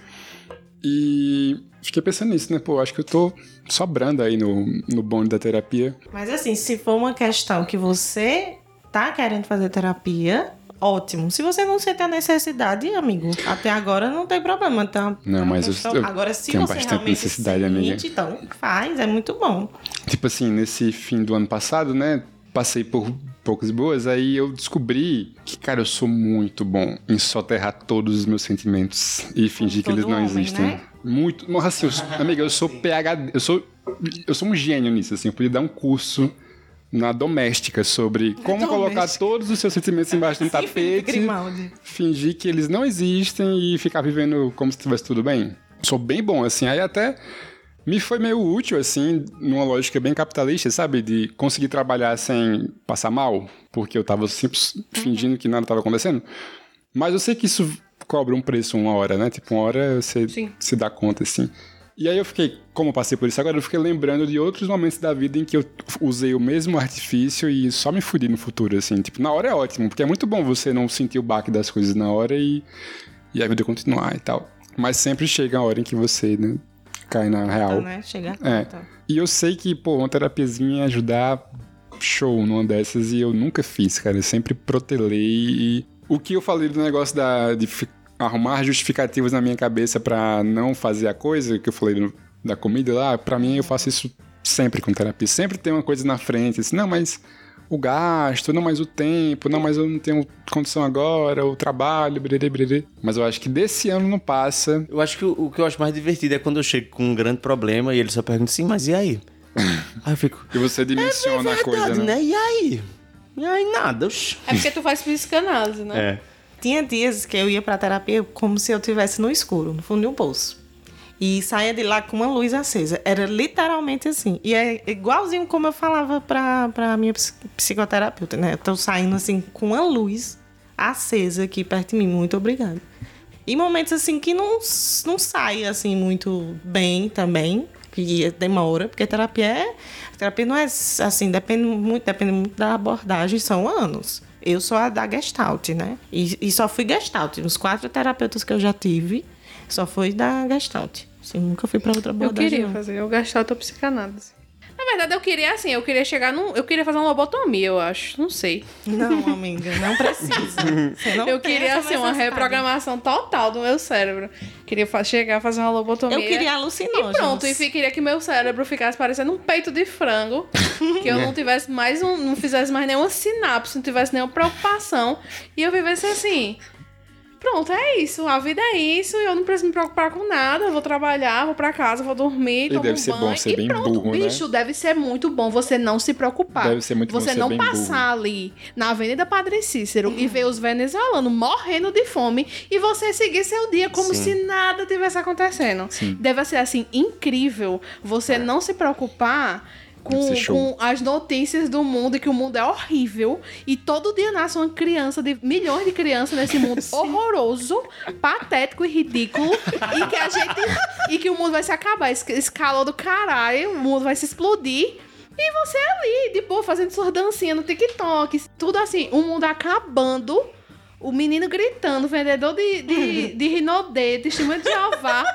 Speaker 4: E fiquei pensando nisso, né? Pô, acho que eu tô sobrando aí no, no bonde da terapia.
Speaker 8: Mas assim, se for uma questão que você tá querendo fazer terapia, ótimo. Se você não sente a necessidade, amigo, até agora não tem problema. Então,
Speaker 4: Não,
Speaker 8: é
Speaker 4: mas eu-
Speaker 8: questão-
Speaker 4: eu
Speaker 8: agora, se
Speaker 4: tenho
Speaker 8: você
Speaker 4: bastante
Speaker 8: realmente
Speaker 4: necessidade,
Speaker 8: sente,
Speaker 4: amiga.
Speaker 8: então faz, é muito bom.
Speaker 4: Tipo assim, nesse fim do ano passado, né? Passei por poucas e boas, aí eu descobri que, cara, eu sou muito bom em soterrar todos os meus sentimentos e fingir que
Speaker 8: todo
Speaker 4: eles não
Speaker 8: homem,
Speaker 4: existem.
Speaker 8: né?
Speaker 4: Muito. Nossa, assim, eu sou- amiga, eu sou PhD. Eu sou, eu sou um gênio nisso, assim. Eu podia dar um curso na doméstica sobre como colocar
Speaker 8: doméstica.
Speaker 4: todos os seus sentimentos embaixo de um
Speaker 8: Sim, Felipe
Speaker 4: tapete,
Speaker 8: Grimaldi.
Speaker 4: fingir que eles não existem e ficar vivendo como se estivesse tudo bem. Sou bem bom, assim. Aí até me foi meio útil, assim, numa lógica bem capitalista, sabe? De conseguir trabalhar sem passar mal, porque eu tava sempre fingindo que nada tava acontecendo. Mas eu sei que isso cobra um preço uma hora, né? Tipo, uma hora você
Speaker 7: Sim.
Speaker 4: se dá conta, assim. E aí eu fiquei, como eu passei por isso agora, eu fiquei lembrando de outros momentos da vida em que eu usei o mesmo artifício e só me fudi no futuro, assim. Tipo, na hora é ótimo, porque é muito bom você não sentir o baque das coisas na hora e, e a vida continuar e tal. Mas sempre chega a hora em que você, né, cai na real.
Speaker 8: Então, né? Chega a
Speaker 4: É.
Speaker 8: conta.
Speaker 4: E eu sei que, pô, uma terapiazinha ia ajudar show numa dessas e eu nunca fiz, cara. Eu sempre protelei e... O que eu falei do negócio da, de fi- arrumar justificativas na minha cabeça pra não fazer a coisa, que eu falei do- da comida lá, pra mim eu faço isso sempre com terapia. Sempre tem uma coisa na frente, assim, não, mas o gasto, não, mas o tempo, não, mas eu não tenho condição agora, o trabalho, brerê, brerê. Mas eu acho que desse ano não passa.
Speaker 6: Eu acho que o, o que eu acho mais divertido é quando eu chego com um grande problema e ele só pergunta assim, mas e (laughs) aí? aí eu fico,
Speaker 4: E você dimensiona a coisa,
Speaker 6: verdade,
Speaker 4: né?
Speaker 6: né? E aí? E aí nada, oxi.
Speaker 7: É porque tu faz psicanálise, né?
Speaker 6: É.
Speaker 8: Tinha dias que eu ia pra terapia como se eu estivesse no escuro, no fundo de um poço. E saía de lá com uma luz acesa. Era literalmente assim. E é igualzinho como eu falava pra, pra minha ps- psicoterapeuta, né? Eu tô saindo assim com uma luz acesa aqui perto de mim. Muito obrigada. E momentos assim que não, s- não sai assim muito bem também. Que demora, porque terapia é. Terapia não é assim, depende muito, depende muito da abordagem, são anos. Eu sou a da Gestalt, né? E, e só fui Gestalt. Os quatro terapeutas que eu já tive, só foi da Gestalt. Assim, nunca fui pra outra
Speaker 7: Eu
Speaker 8: abordagem.
Speaker 7: queria
Speaker 8: não.
Speaker 7: fazer, eu gastar a tua psicanálise. Na verdade, eu queria assim, eu queria chegar num. Eu queria fazer uma lobotomia, eu acho. Não sei.
Speaker 8: Não, amiga,
Speaker 7: (laughs)
Speaker 8: não precisa. Você não
Speaker 7: eu
Speaker 8: tem
Speaker 7: queria,
Speaker 8: essa
Speaker 7: assim, uma
Speaker 8: necessidade.
Speaker 7: reprogramação total do meu cérebro. Queria fa- chegar a fazer uma lobotomia.
Speaker 8: Eu queria alucinógenos.
Speaker 7: E pronto, e fi- queria que meu cérebro ficasse parecendo um peito de
Speaker 8: (laughs)
Speaker 7: frango. que eu não tivesse mais um. Não fizesse mais nenhuma sinapse, não tivesse nenhuma preocupação. E eu vivesse assim. Pronto, é isso. A vida é isso. Eu não preciso me preocupar com nada. Eu vou trabalhar, vou pra casa, vou dormir,
Speaker 4: E
Speaker 7: tomo
Speaker 4: deve
Speaker 7: um
Speaker 4: ser bom
Speaker 7: banho.
Speaker 4: ser
Speaker 7: e
Speaker 4: bem
Speaker 7: pronto,
Speaker 4: burro, né?
Speaker 7: bicho, deve ser muito bom você não se preocupar.
Speaker 4: Deve ser muito bom
Speaker 7: você
Speaker 4: ser
Speaker 7: não
Speaker 4: bem
Speaker 7: passar ali na Avenida Padre Cícero e ver os venezuelanos morrendo de fome e você seguir seu dia como
Speaker 6: Sim.
Speaker 7: se nada tivesse acontecendo. Deve ser assim incrível você não se preocupar com,
Speaker 4: É. Deve ser show.
Speaker 7: com as notícias do mundo e que o mundo é horrível e todo dia nasce uma criança de milhões de crianças nesse
Speaker 8: (laughs)
Speaker 7: mundo horroroso, patético e ridículo e que a gente e que o mundo vai se acabar, esse, esse calor do caralho, o mundo vai se explodir. E você ali, de boa, fazendo suas dancinhas no TikTok, tudo assim, o mundo acabando, o menino gritando, vendedor de, de,
Speaker 8: (laughs)
Speaker 7: de Rinodê, testemunho de Jeová.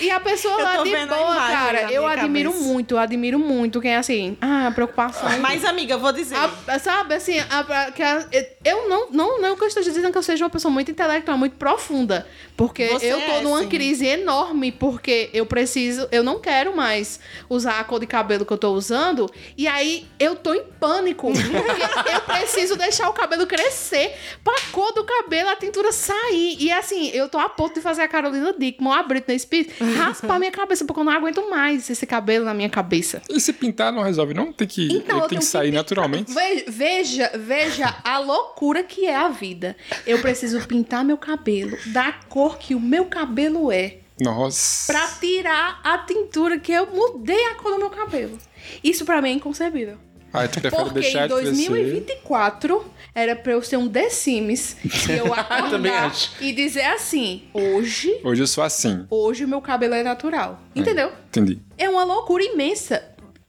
Speaker 7: E a pessoa
Speaker 8: Eu
Speaker 7: lá
Speaker 8: tô
Speaker 7: de
Speaker 8: vendo a
Speaker 7: boa,
Speaker 8: imagem
Speaker 7: cara.
Speaker 8: na
Speaker 7: Eu
Speaker 8: minha
Speaker 7: admiro
Speaker 8: cabeça.
Speaker 7: muito, eu admiro muito quem é assim. Ah, preocupação.
Speaker 8: Mas, amiga, eu vou dizer.
Speaker 7: A- sabe, assim, a- a- que a- eu não, não, não que eu esteja dizendo que eu seja uma pessoa muito intelectual, muito profunda. Porque
Speaker 8: Você
Speaker 7: eu tô
Speaker 8: é,
Speaker 7: numa
Speaker 8: sim.
Speaker 7: crise enorme, porque eu preciso, eu não quero mais usar a cor de cabelo que eu tô usando. E aí eu tô em
Speaker 8: (laughs)
Speaker 7: pânico. porque eu preciso deixar o cabelo crescer pra cor do cabelo, a tintura sair. E assim, eu tô a ponto de fazer a Carolina Dickman, a Britney Spears, Raspa a minha cabeça, porque eu não aguento mais esse cabelo na minha cabeça.
Speaker 4: E se pintar não resolve, não? Tem que,
Speaker 7: Então, eu
Speaker 4: tem
Speaker 7: tenho
Speaker 4: que sair
Speaker 7: pintar.
Speaker 4: naturalmente.
Speaker 7: Ve- Veja, veja a loucura que é a vida. Eu preciso pintar meu cabelo da cor que o meu cabelo é.
Speaker 4: Nossa.
Speaker 7: Pra tirar a tintura que eu mudei a cor do meu cabelo. Isso pra mim é inconcebível.
Speaker 4: Ah, tu prefere
Speaker 7: Porque
Speaker 4: deixar
Speaker 7: em
Speaker 4: ele crescer.
Speaker 7: 2024 era pra eu ser um The Sims e eu
Speaker 6: Também
Speaker 7: acordar
Speaker 6: acho.
Speaker 7: e dizer assim: hoje,
Speaker 4: Hoje eu sou assim.
Speaker 7: hoje o meu cabelo é natural. Entendeu?
Speaker 4: Entendi.
Speaker 7: É uma loucura imensa.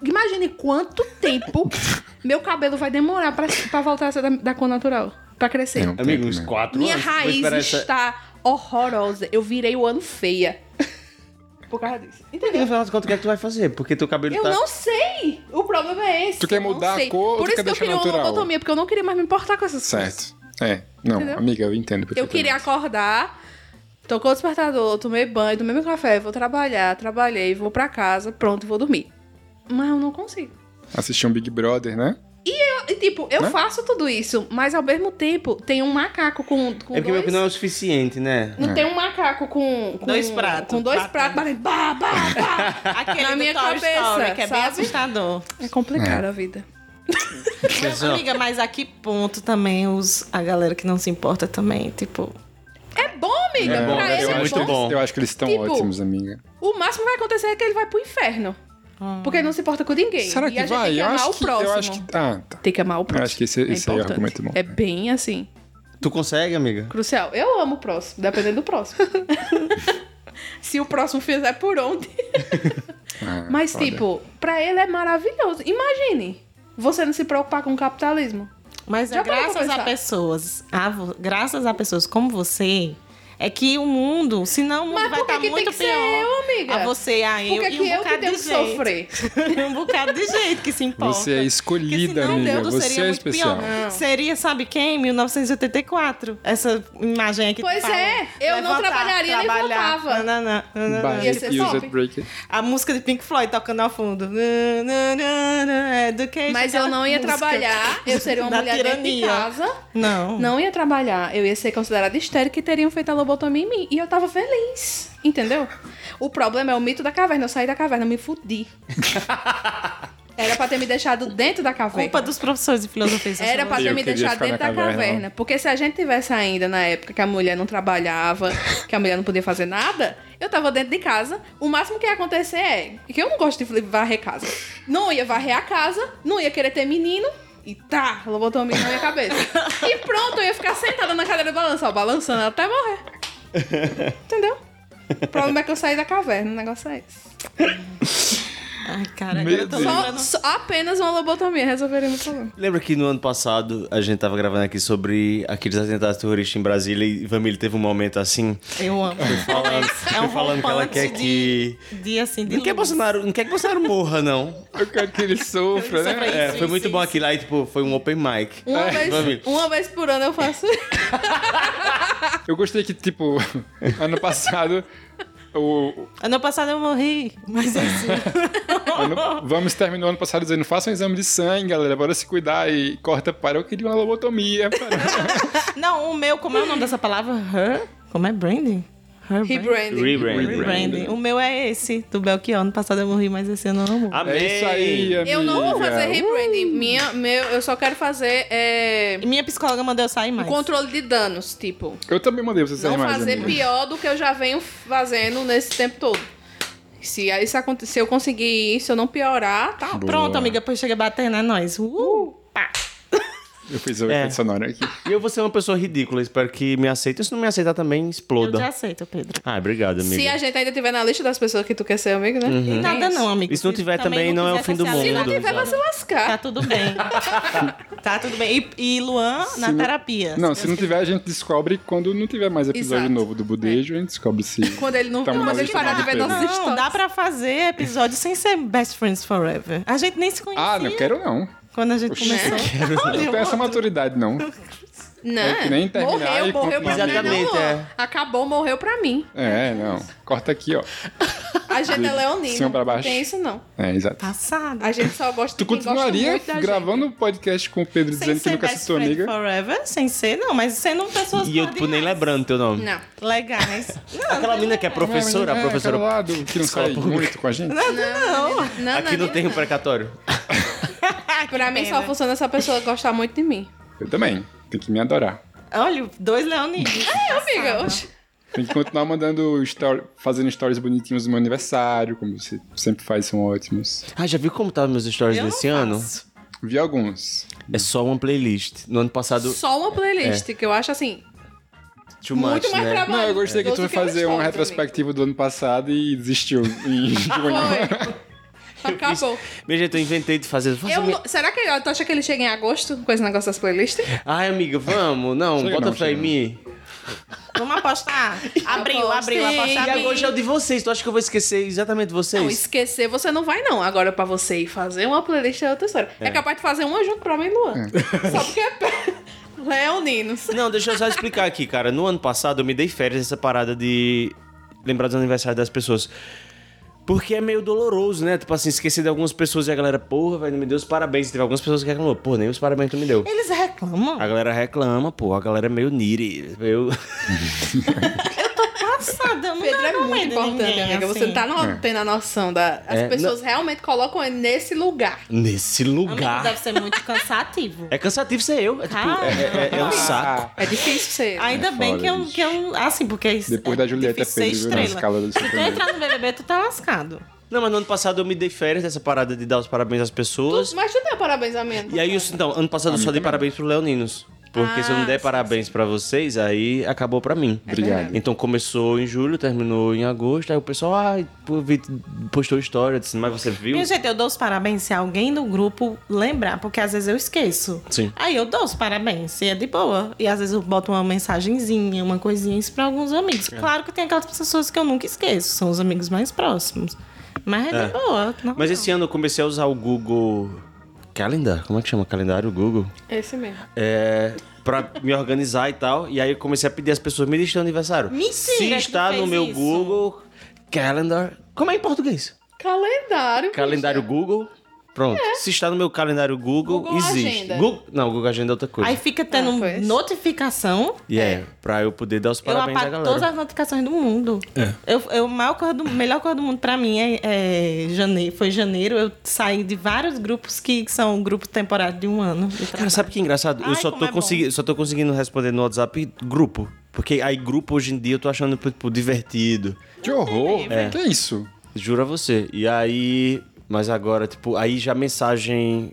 Speaker 7: Imagine quanto
Speaker 4: (laughs)
Speaker 7: tempo meu cabelo vai demorar pra, pra voltar a ser da, da cor natural. Pra crescer.
Speaker 4: Não.
Speaker 6: Amigo,
Speaker 4: Tem um né?
Speaker 6: uns
Speaker 4: também.
Speaker 6: quatro
Speaker 7: Minha
Speaker 6: anos. Vou
Speaker 7: raiz
Speaker 6: esperar essa-
Speaker 7: está horrorosa. Eu virei o ano feia. (laughs) Por causa disso.
Speaker 6: E no
Speaker 7: Entendeu?
Speaker 6: final das contas, o que é que tu vai fazer? Porque teu cabelo
Speaker 7: Eu
Speaker 6: tá...
Speaker 7: não sei. O problema é esse.
Speaker 4: Tu quer
Speaker 7: Eu não
Speaker 4: mudar a
Speaker 7: sei.
Speaker 4: cor ou
Speaker 7: Por
Speaker 4: tu quer
Speaker 7: isso que eu
Speaker 4: deixar
Speaker 7: queria uma
Speaker 4: natural?
Speaker 7: lobotomia, porque eu não queria mais me importar com essas coisas.
Speaker 4: Certo. É. Não,
Speaker 7: Entendeu?
Speaker 4: amiga, eu entendo.
Speaker 7: Eu
Speaker 4: perfeitamente.
Speaker 7: queria acordar, tocou o despertador, tomei banho, tomei meu café, vou trabalhar, trabalhei, vou pra casa, pronto, vou dormir. Mas eu não consigo.
Speaker 4: Assistir um Big Brother, né?
Speaker 7: E, tipo, eu
Speaker 4: Né?
Speaker 7: faço tudo isso, mas ao mesmo tempo tem um macaco com, com
Speaker 6: É porque meu
Speaker 7: dois...
Speaker 6: que não é o suficiente, né?
Speaker 4: É.
Speaker 7: não tem um macaco com, com-
Speaker 8: Dois pratos,
Speaker 7: Com dois
Speaker 8: batendo.
Speaker 7: pratos batendo. Bah, bah,
Speaker 4: (laughs)
Speaker 7: bah.
Speaker 8: Aquele
Speaker 7: (laughs) Na
Speaker 8: do
Speaker 7: minha
Speaker 8: Toy
Speaker 7: cabeça,
Speaker 8: Story, que é bem
Speaker 7: sabe?
Speaker 8: assustador.
Speaker 7: É complicado a vida.
Speaker 8: Mas, amiga, mas a que ponto também os, a galera que não se importa também, tipo...
Speaker 7: É bom, amiga.
Speaker 6: É bom,
Speaker 7: pra
Speaker 6: né?
Speaker 7: ele
Speaker 4: eu,
Speaker 7: é
Speaker 6: muito
Speaker 4: acho que
Speaker 7: bom.
Speaker 6: bom.
Speaker 4: Eles, eu acho que eles estão
Speaker 7: Tipo,
Speaker 4: ótimos, amiga.
Speaker 7: O máximo que vai acontecer é que ele vai pro inferno. Porque ele não se importa com ninguém.
Speaker 4: Ah. Será
Speaker 7: e
Speaker 4: que
Speaker 7: a gente
Speaker 4: vai?
Speaker 7: tem que
Speaker 4: eu,
Speaker 7: amar
Speaker 4: acho
Speaker 7: o
Speaker 4: que,
Speaker 7: próximo.
Speaker 4: eu acho que. Ah, tá.
Speaker 7: Tem que amar o próximo.
Speaker 4: acho que esse- esse aí é um
Speaker 7: importante.
Speaker 4: argumento bom.
Speaker 7: É bem assim,
Speaker 6: Tu consegue, amiga?
Speaker 7: crucial. Eu amo o próximo, dependendo do próximo.
Speaker 4: (laughs)
Speaker 7: Se o próximo fizer por onde.
Speaker 4: Ah,
Speaker 7: Mas,
Speaker 4: olha.
Speaker 7: tipo, pra ele é maravilhoso. Imagine você não se preocupar com o capitalismo.
Speaker 8: Mas
Speaker 7: Já
Speaker 8: é
Speaker 7: parou pra
Speaker 8: graças a
Speaker 7: pensar?
Speaker 8: pessoas, a vo- graças a pessoas como você, é que o mundo, senão o mundo
Speaker 7: Mas
Speaker 8: vai
Speaker 7: por que
Speaker 8: estar
Speaker 7: que tem
Speaker 8: muito
Speaker 7: que ser
Speaker 8: pior.
Speaker 7: eu, amiga?
Speaker 8: A você, a eu
Speaker 7: Por que
Speaker 8: e
Speaker 7: que
Speaker 8: um
Speaker 7: eu que
Speaker 8: bocado
Speaker 7: devo
Speaker 8: de gente.
Speaker 7: sofrer?
Speaker 8: (laughs) um bocado de gente que se importa.
Speaker 4: Você é escolhida,
Speaker 8: Porque senão o
Speaker 4: amiga.
Speaker 8: mundo
Speaker 4: Você
Speaker 8: seria
Speaker 4: é
Speaker 8: muito
Speaker 4: especial.
Speaker 8: pior. Seria, sabe quem? 1984. Essa imagem aqui.
Speaker 7: Pois
Speaker 8: que fala,
Speaker 7: é, eu
Speaker 8: vai
Speaker 7: não trabalharia, nem
Speaker 8: trabalhar.
Speaker 7: voltava.
Speaker 8: Nananã, nananã.
Speaker 4: Buy
Speaker 7: Ia
Speaker 4: it,
Speaker 7: ser um.
Speaker 4: use
Speaker 7: top.
Speaker 4: it, break it.
Speaker 8: A música de Pink Floyd tocando ao fundo. Nananã, Education.
Speaker 7: Mas eu não ia
Speaker 8: Aquela música
Speaker 7: trabalhar, eu seria
Speaker 8: (laughs)
Speaker 7: uma
Speaker 8: da
Speaker 7: mulher dentro de
Speaker 8: tá tirania.
Speaker 7: casa.
Speaker 8: Não.
Speaker 7: Não ia trabalhar, eu ia ser considerada histérica e teriam feito a lobotomia em mim. E eu tava feliz, entendeu? O problema é o mito da caverna. Eu saí da caverna, eu me fudi. Era pra ter me deixado dentro da caverna.
Speaker 8: Culpa dos professores de filosofia. e
Speaker 7: Era pra
Speaker 8: sociologia.
Speaker 7: ter
Speaker 4: Eu
Speaker 7: me
Speaker 4: queria
Speaker 7: deixado
Speaker 4: ficar
Speaker 7: dentro da
Speaker 4: na
Speaker 7: caverna.
Speaker 4: caverna.
Speaker 7: Porque se a gente tivesse ainda na época que a mulher
Speaker 4: (laughs)
Speaker 7: não trabalhava, que a mulher não podia fazer nada, eu tava dentro de casa. O máximo que ia acontecer é que eu não gosto de varrer casa. Não ia varrer a casa, não ia querer ter menino. E tá, ela botou a menina na minha cabeça.
Speaker 4: (laughs)
Speaker 7: E pronto, eu ia ficar sentada na cadeira de balanço, ó, balançando até morrer.
Speaker 4: (laughs)
Speaker 7: Entendeu? O problema é que eu saí da caverna, o negócio é esse.
Speaker 8: Ai, cara,
Speaker 4: Meu
Speaker 8: agora eu tô
Speaker 4: Deus.
Speaker 8: lembrando.
Speaker 7: Só, só apenas uma lobotomia resolveria meu problema.
Speaker 6: Lembra que no ano passado a gente tava gravando aqui sobre aqueles atentados terroristas em Brasília e Vamília teve um momento assim.
Speaker 8: Eu amo.
Speaker 6: Falando,
Speaker 8: É um
Speaker 6: falando que ela
Speaker 8: rompante
Speaker 6: quer que.
Speaker 8: De assim, de
Speaker 6: Não quer,
Speaker 8: luz.
Speaker 6: Bolsonaro, não quer que Bolsonaro morra, não.
Speaker 4: (laughs) Eu quero que
Speaker 7: (laughs)
Speaker 4: ele sofra,
Speaker 8: Só pra
Speaker 4: né?
Speaker 8: isso,
Speaker 6: É, foi
Speaker 8: isso,
Speaker 6: muito bom
Speaker 8: isso.
Speaker 6: aquilo. Aí, tipo, foi um open mic.
Speaker 7: Uma,
Speaker 4: É,
Speaker 6: Vamília.
Speaker 7: vez, uma vez por ano eu faço
Speaker 4: Eu gostei que, tipo, (laughs) ano passado. O,
Speaker 8: Ano passado eu morri, mas assim.
Speaker 4: ano- vamos terminou ano passado dizendo: faça um exame de sangue, galera, bora se cuidar e corta para. Eu queria uma lobotomia.
Speaker 8: (laughs)
Speaker 4: (laughs)
Speaker 8: Não, o meu, como é o nome dessa palavra? Her? Como é branding? Her branding.
Speaker 7: rebranding.
Speaker 6: Rebrand.
Speaker 8: Branding. O meu é esse, do Belchior. Ano passado eu morri, mas esse ano eu não morro.
Speaker 6: Amém.
Speaker 4: É isso aí, amiga.
Speaker 7: Eu não vou fazer rebranding. Minha, meu, eu só quero fazer é,
Speaker 8: E minha psicóloga mandou eu sair
Speaker 7: um
Speaker 8: mais.
Speaker 7: controle de danos, tipo.
Speaker 4: Eu também mandei vocês
Speaker 7: Não
Speaker 4: saírem mais.
Speaker 7: fazer
Speaker 4: amiga.
Speaker 7: pior do que eu já venho fazendo nesse tempo todo. Se isso acontecer, se eu conseguir isso, eu não piorar, tá.
Speaker 4: Boa.
Speaker 8: Pronto, amiga, pois chega batendo, é nóis. Uh, pá.
Speaker 4: Eu fiz o
Speaker 6: É.
Speaker 4: efeito sonoro aqui.
Speaker 6: E eu vou ser uma pessoa ridícula, espero que me aceitem. Se não me aceitar também,
Speaker 8: Eu
Speaker 6: exploda.
Speaker 8: te aceito, Pedro.
Speaker 6: Ah, obrigado, amigo.
Speaker 7: Se a gente ainda tiver na lista das pessoas que tu quer ser amigo,
Speaker 4: Uhum.
Speaker 7: né?
Speaker 8: E Nada não, amigo.
Speaker 6: E se não tiver também, não é o
Speaker 8: quiser
Speaker 6: fim do
Speaker 8: socializar,
Speaker 6: mundo.
Speaker 7: Vai vai se
Speaker 8: Tá
Speaker 7: lascar.
Speaker 8: tudo
Speaker 6: (laughs)
Speaker 8: bem. tá tudo bem. E, e Luan na
Speaker 4: não-
Speaker 8: terapia.
Speaker 4: Não, se não tiver, a gente descobre quando não tiver mais episódio
Speaker 7: Exato.
Speaker 4: novo do Budejo, a gente descobre se.
Speaker 7: Quando ele não-
Speaker 4: tamo
Speaker 7: quando
Speaker 4: na
Speaker 7: ele
Speaker 4: lista
Speaker 7: parar de
Speaker 4: do
Speaker 7: ver
Speaker 4: Pedro.
Speaker 7: nossas-
Speaker 8: Não, dá pra fazer episódio sem ser Best Friends Forever. A gente nem se
Speaker 7: é
Speaker 8: conhecia
Speaker 4: Ah,
Speaker 7: assim?
Speaker 4: não quero não.
Speaker 8: quando a gente começou.
Speaker 4: Eu não tenho essa maturidade, não.
Speaker 7: Não.
Speaker 4: É que nem terminar e
Speaker 7: morreu, morreu pra mim.
Speaker 6: continuar.
Speaker 7: Não,
Speaker 6: Exatamente,
Speaker 7: ó.
Speaker 6: é.
Speaker 7: Acabou, morreu pra mim.
Speaker 4: É, não. Corta aqui, ó.
Speaker 7: A gente é leonina.
Speaker 4: Cima um pra baixo.
Speaker 7: Não tem isso, não.
Speaker 4: É, exato.
Speaker 8: Passada.
Speaker 7: A gente só gosta
Speaker 4: Tu
Speaker 7: de quem gosta
Speaker 4: continuaria
Speaker 7: muito da gente.
Speaker 4: gravando o podcast com o Pedro
Speaker 8: Sem
Speaker 4: tá dizendo que
Speaker 8: ser
Speaker 4: nunca
Speaker 8: best
Speaker 4: citou
Speaker 8: friend
Speaker 4: nega?
Speaker 8: forever, sem ser, não, mas sendo um pessoas
Speaker 6: E eu, tipo, nem
Speaker 8: cordiais,
Speaker 6: lembrando teu nome.
Speaker 7: Não.
Speaker 4: (laughs)
Speaker 8: Legais. Não,
Speaker 6: Aquela menina que é professora,
Speaker 4: é,
Speaker 6: a professora.
Speaker 4: aquela lá do que não sai
Speaker 6: Escola
Speaker 4: muito com a gente?
Speaker 7: Não,
Speaker 6: Aqui não tem um precatório.
Speaker 8: (laughs)
Speaker 7: Pra mim só funciona se a pessoa gostar muito de mim.
Speaker 4: Eu também. Tem que me adorar.
Speaker 8: Olha, dois leoninos.
Speaker 7: É, amiga. oxe.
Speaker 4: Tem que continuar mandando story, fazendo stories bonitinhos no meu aniversário, como você sempre faz, são ótimos.
Speaker 6: Ah, já viu como estavam meus stories
Speaker 8: Eu não
Speaker 6: desse ano?
Speaker 8: faço.
Speaker 4: Vi alguns.
Speaker 6: É só uma playlist. No ano passado,
Speaker 7: Só uma
Speaker 6: É.
Speaker 7: playlist, que eu acho assim.
Speaker 6: too
Speaker 7: muito
Speaker 6: much, né?
Speaker 7: mais
Speaker 8: Tá
Speaker 7: trabalho.
Speaker 4: Não, eu gostei que tu foi fazer uma retrospectiva do ano passado e desistiu
Speaker 8: (laughs)
Speaker 4: em
Speaker 8: Ah,
Speaker 4: junho.
Speaker 7: Foi. (laughs) Acabou.
Speaker 6: Minha gente, eu inventei de fazer. Faça
Speaker 7: Eu
Speaker 6: minha-
Speaker 7: não- será que tu acha que ele chega em agosto com esse negócio das playlists?
Speaker 6: Ai, amiga, vamos. Não,
Speaker 4: Chega
Speaker 6: bota
Speaker 4: não,
Speaker 6: fé em
Speaker 4: chega
Speaker 6: mim.
Speaker 8: Vamos apostar. Abril, abril,
Speaker 7: Sim.
Speaker 8: apostar.
Speaker 6: E
Speaker 8: abril.
Speaker 6: agora já é o de vocês. Tu acha que eu vou esquecer exatamente
Speaker 7: Não,
Speaker 6: vocês?
Speaker 7: esquecer você não vai, não. Agora, pra você ir fazer uma playlist é outra história. É, capaz de fazer uma junto pra mim e Luan. Só porque é pé. (laughs) Leoninos.
Speaker 6: Não, deixa eu só explicar aqui, cara. No ano passado eu me dei férias essa parada de lembrar dos aniversários das pessoas. Porque é meio doloroso, né? Tipo assim, esquecer de algumas pessoas e a galera, porra, velho, não me deu os parabéns. Teve algumas pessoas que reclamou, porra, nem os parabéns tu me deu.
Speaker 8: Eles reclamam.
Speaker 6: A galera reclama, pô, a galera é meio nire, meio...
Speaker 8: Passada, eu não
Speaker 7: Pedro é
Speaker 8: dou
Speaker 7: muito
Speaker 8: medo de
Speaker 7: importante,
Speaker 8: ninguém,
Speaker 7: amiga. Você
Speaker 8: assim.
Speaker 7: não tá no- tendo a noção da. As
Speaker 6: É,
Speaker 7: pessoas realmente colocam ele nesse lugar.
Speaker 6: (laughs) Nesse
Speaker 8: Amigo,
Speaker 6: lugar.
Speaker 8: deve ser muito cansativo.
Speaker 6: É cansativo ser eu. É, tipo, é- é- é um saco.
Speaker 4: Ah,
Speaker 7: É difícil ser.
Speaker 8: Ainda
Speaker 4: É
Speaker 8: bem
Speaker 4: foda,
Speaker 8: que eu,
Speaker 4: bicho.
Speaker 8: que eu. Assim, porque. isso
Speaker 4: Depois
Speaker 8: é
Speaker 4: da Julieta Pedro,
Speaker 8: difícil ser
Speaker 4: viu, na
Speaker 8: estrela.
Speaker 4: escala do
Speaker 8: Se tu
Speaker 4: Superman.
Speaker 8: entrar no BBB, tu tá lascado.
Speaker 6: Não, mas no ano passado eu me dei férias dessa parada de dar os parabéns às pessoas.
Speaker 7: Mas tu deu parabéns a menos.
Speaker 6: E aí, eu- então, ano passado eu só dei parabéns pro Leoninos. Porque
Speaker 8: Ah,
Speaker 6: se eu não der parabéns pra vocês, aí acabou pra mim.
Speaker 8: É
Speaker 4: Obrigado.
Speaker 6: Então começou em julho, terminou em agosto. Aí o pessoal, ai, pô, vi- postou história, disse, mas você viu?
Speaker 8: Minha gente, eu dou os parabéns se alguém do grupo lembrar, porque às vezes eu esqueço.
Speaker 6: Sim.
Speaker 8: Aí eu dou os parabéns, e é de boa. E às vezes eu boto uma mensagenzinha, uma coisinha, isso pra alguns amigos.
Speaker 6: É.
Speaker 8: Claro que tem aquelas pessoas que eu nunca esqueço, são os amigos mais próximos. Mas é, de boa. Não.
Speaker 6: Mas esse ano eu comecei a usar o Google Calendar. Como é que chama? Calendário Google?
Speaker 7: Esse mesmo.
Speaker 6: É. Pra me organizar e tal. E aí eu comecei a pedir às pessoas, me deixem aniversário.
Speaker 8: Mentira
Speaker 6: Se
Speaker 8: que
Speaker 6: está
Speaker 8: tu
Speaker 6: no
Speaker 8: fez
Speaker 6: meu
Speaker 8: isso.
Speaker 6: Google Calendar. Como é em português?
Speaker 7: Calendário.
Speaker 8: é.
Speaker 6: Calendário Google. Pronto. Se está no meu calendário Google,
Speaker 7: Google
Speaker 6: existe.
Speaker 7: Agenda.
Speaker 6: Google, não, Google Agenda é outra coisa.
Speaker 8: Aí fica tendo
Speaker 7: Ah, pois.
Speaker 8: notificação.
Speaker 6: E é, pra eu poder dar os
Speaker 8: eu
Speaker 6: parabéns à
Speaker 8: apago todas
Speaker 6: galera. É.
Speaker 8: as notificações do mundo. Eu, eu, a maior coisa do, melhor coisa do mundo pra mim é, é janeiro, foi janeiro. Eu saí de vários grupos que são grupos temporários de um ano. de
Speaker 6: Cara,
Speaker 8: trabalho.
Speaker 6: sabe que é engraçado? eu
Speaker 8: Ai,
Speaker 6: só
Speaker 8: como
Speaker 6: tô,
Speaker 8: é bom.
Speaker 6: consegui- só tô conseguindo responder no WhatsApp grupo. Porque aí grupo hoje em dia eu tô achando, tipo, divertido.
Speaker 4: Que horror! Que é isso?
Speaker 6: Juro a você. E aí. Mas agora, tipo, aí já mensagem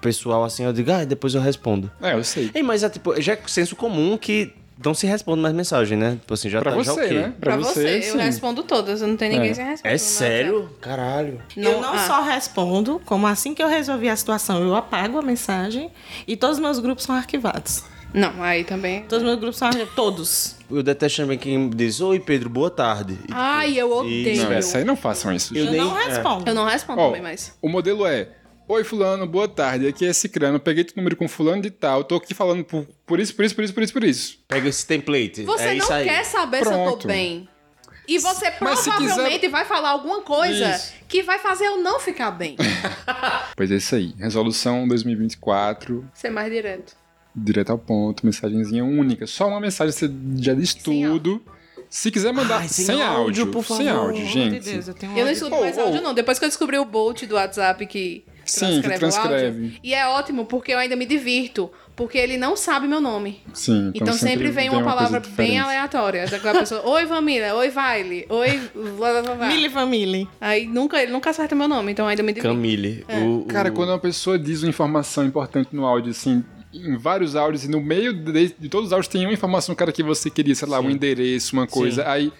Speaker 6: pessoal assim, eu digo, ah, depois eu respondo.
Speaker 4: É, eu sei.
Speaker 6: Ei, mas é tipo, já é senso comum que não se responde mais mensagem, né? Tipo assim, já
Speaker 4: Pra
Speaker 6: tá já
Speaker 4: você,
Speaker 6: ok.
Speaker 4: né?
Speaker 7: Pra, você, eu
Speaker 4: sim.
Speaker 7: respondo todas. Eu não tenho ninguém sem responder.
Speaker 6: É sério? Caralho.
Speaker 8: eu não
Speaker 7: ah.
Speaker 8: só respondo, como assim que eu resolvi a situação, eu apago a mensagem e todos os meus grupos são arquivados.
Speaker 7: Não, aí também.
Speaker 8: Todos os meus grupos são arquivados. Todos.
Speaker 6: Eu detesto também quem diz, oi Pedro, boa tarde. E,
Speaker 7: Ai, eu odeio.
Speaker 4: Não, essa aí não façam isso.
Speaker 8: Eu,
Speaker 6: Eu nem-
Speaker 8: não
Speaker 6: é.
Speaker 8: respondo.
Speaker 7: Eu não respondo
Speaker 4: Ó,
Speaker 7: também, mas.
Speaker 4: o modelo é: Oi, Fulano, boa tarde. Aqui é Cicrano. Peguei teu número com Fulano de tal. Tô aqui falando por, por isso, por isso, por isso, por isso, por isso.
Speaker 6: Pega esse template.
Speaker 7: Você
Speaker 6: é
Speaker 7: não
Speaker 6: isso aí.
Speaker 7: quer saber se eu tô
Speaker 4: Pronto.
Speaker 7: bem. E você
Speaker 4: Mas se
Speaker 7: provavelmente
Speaker 4: quiser-
Speaker 7: vai falar alguma coisa
Speaker 4: Isso.
Speaker 7: que vai fazer eu não ficar
Speaker 6: (laughs)
Speaker 7: bem.
Speaker 4: Pois é, isso aí. Resolução 2024.
Speaker 7: Ser mais direto.
Speaker 4: Direto ao ponto. Mensagenzinha única. Só uma mensagem, você já diz
Speaker 7: Sem áudio.
Speaker 4: tudo. Se quiser mandar
Speaker 6: Ai, sem
Speaker 4: sem, áudio,
Speaker 6: áudio, por
Speaker 4: sem
Speaker 6: favor.
Speaker 4: áudio,
Speaker 8: Pelo amor de
Speaker 4: gente.
Speaker 8: Deus, eu tenho
Speaker 7: Eu não
Speaker 8: ódio.
Speaker 7: escuto
Speaker 4: Oh,
Speaker 7: mais
Speaker 4: oh.
Speaker 7: áudio, não. Depois que eu descobri o Bolt do WhatsApp que
Speaker 4: Sim, que
Speaker 7: transcreve, o
Speaker 4: transcreve.
Speaker 7: áudio. E é ótimo, porque eu ainda me divirto. Porque ele não sabe meu nome.
Speaker 4: Sim,
Speaker 7: Então sempre vem uma,
Speaker 4: coisa
Speaker 7: palavra bem
Speaker 4: diferente.
Speaker 7: aleatória. Daquela pessoa, oi Vamila, oi Vaile, oi blá blá blá blá.
Speaker 8: Mili Family.
Speaker 7: Aí nunca, ele nunca acerta meu nome, então ainda me divirto.
Speaker 6: Camille. o- o-
Speaker 4: Cara, quando uma pessoa diz uma informação importante no áudio, assim, em vários áudios, e no meio de, de todos os áudios tem uma informação, cara, que você queria, sei lá, um endereço, uma coisa. Aí,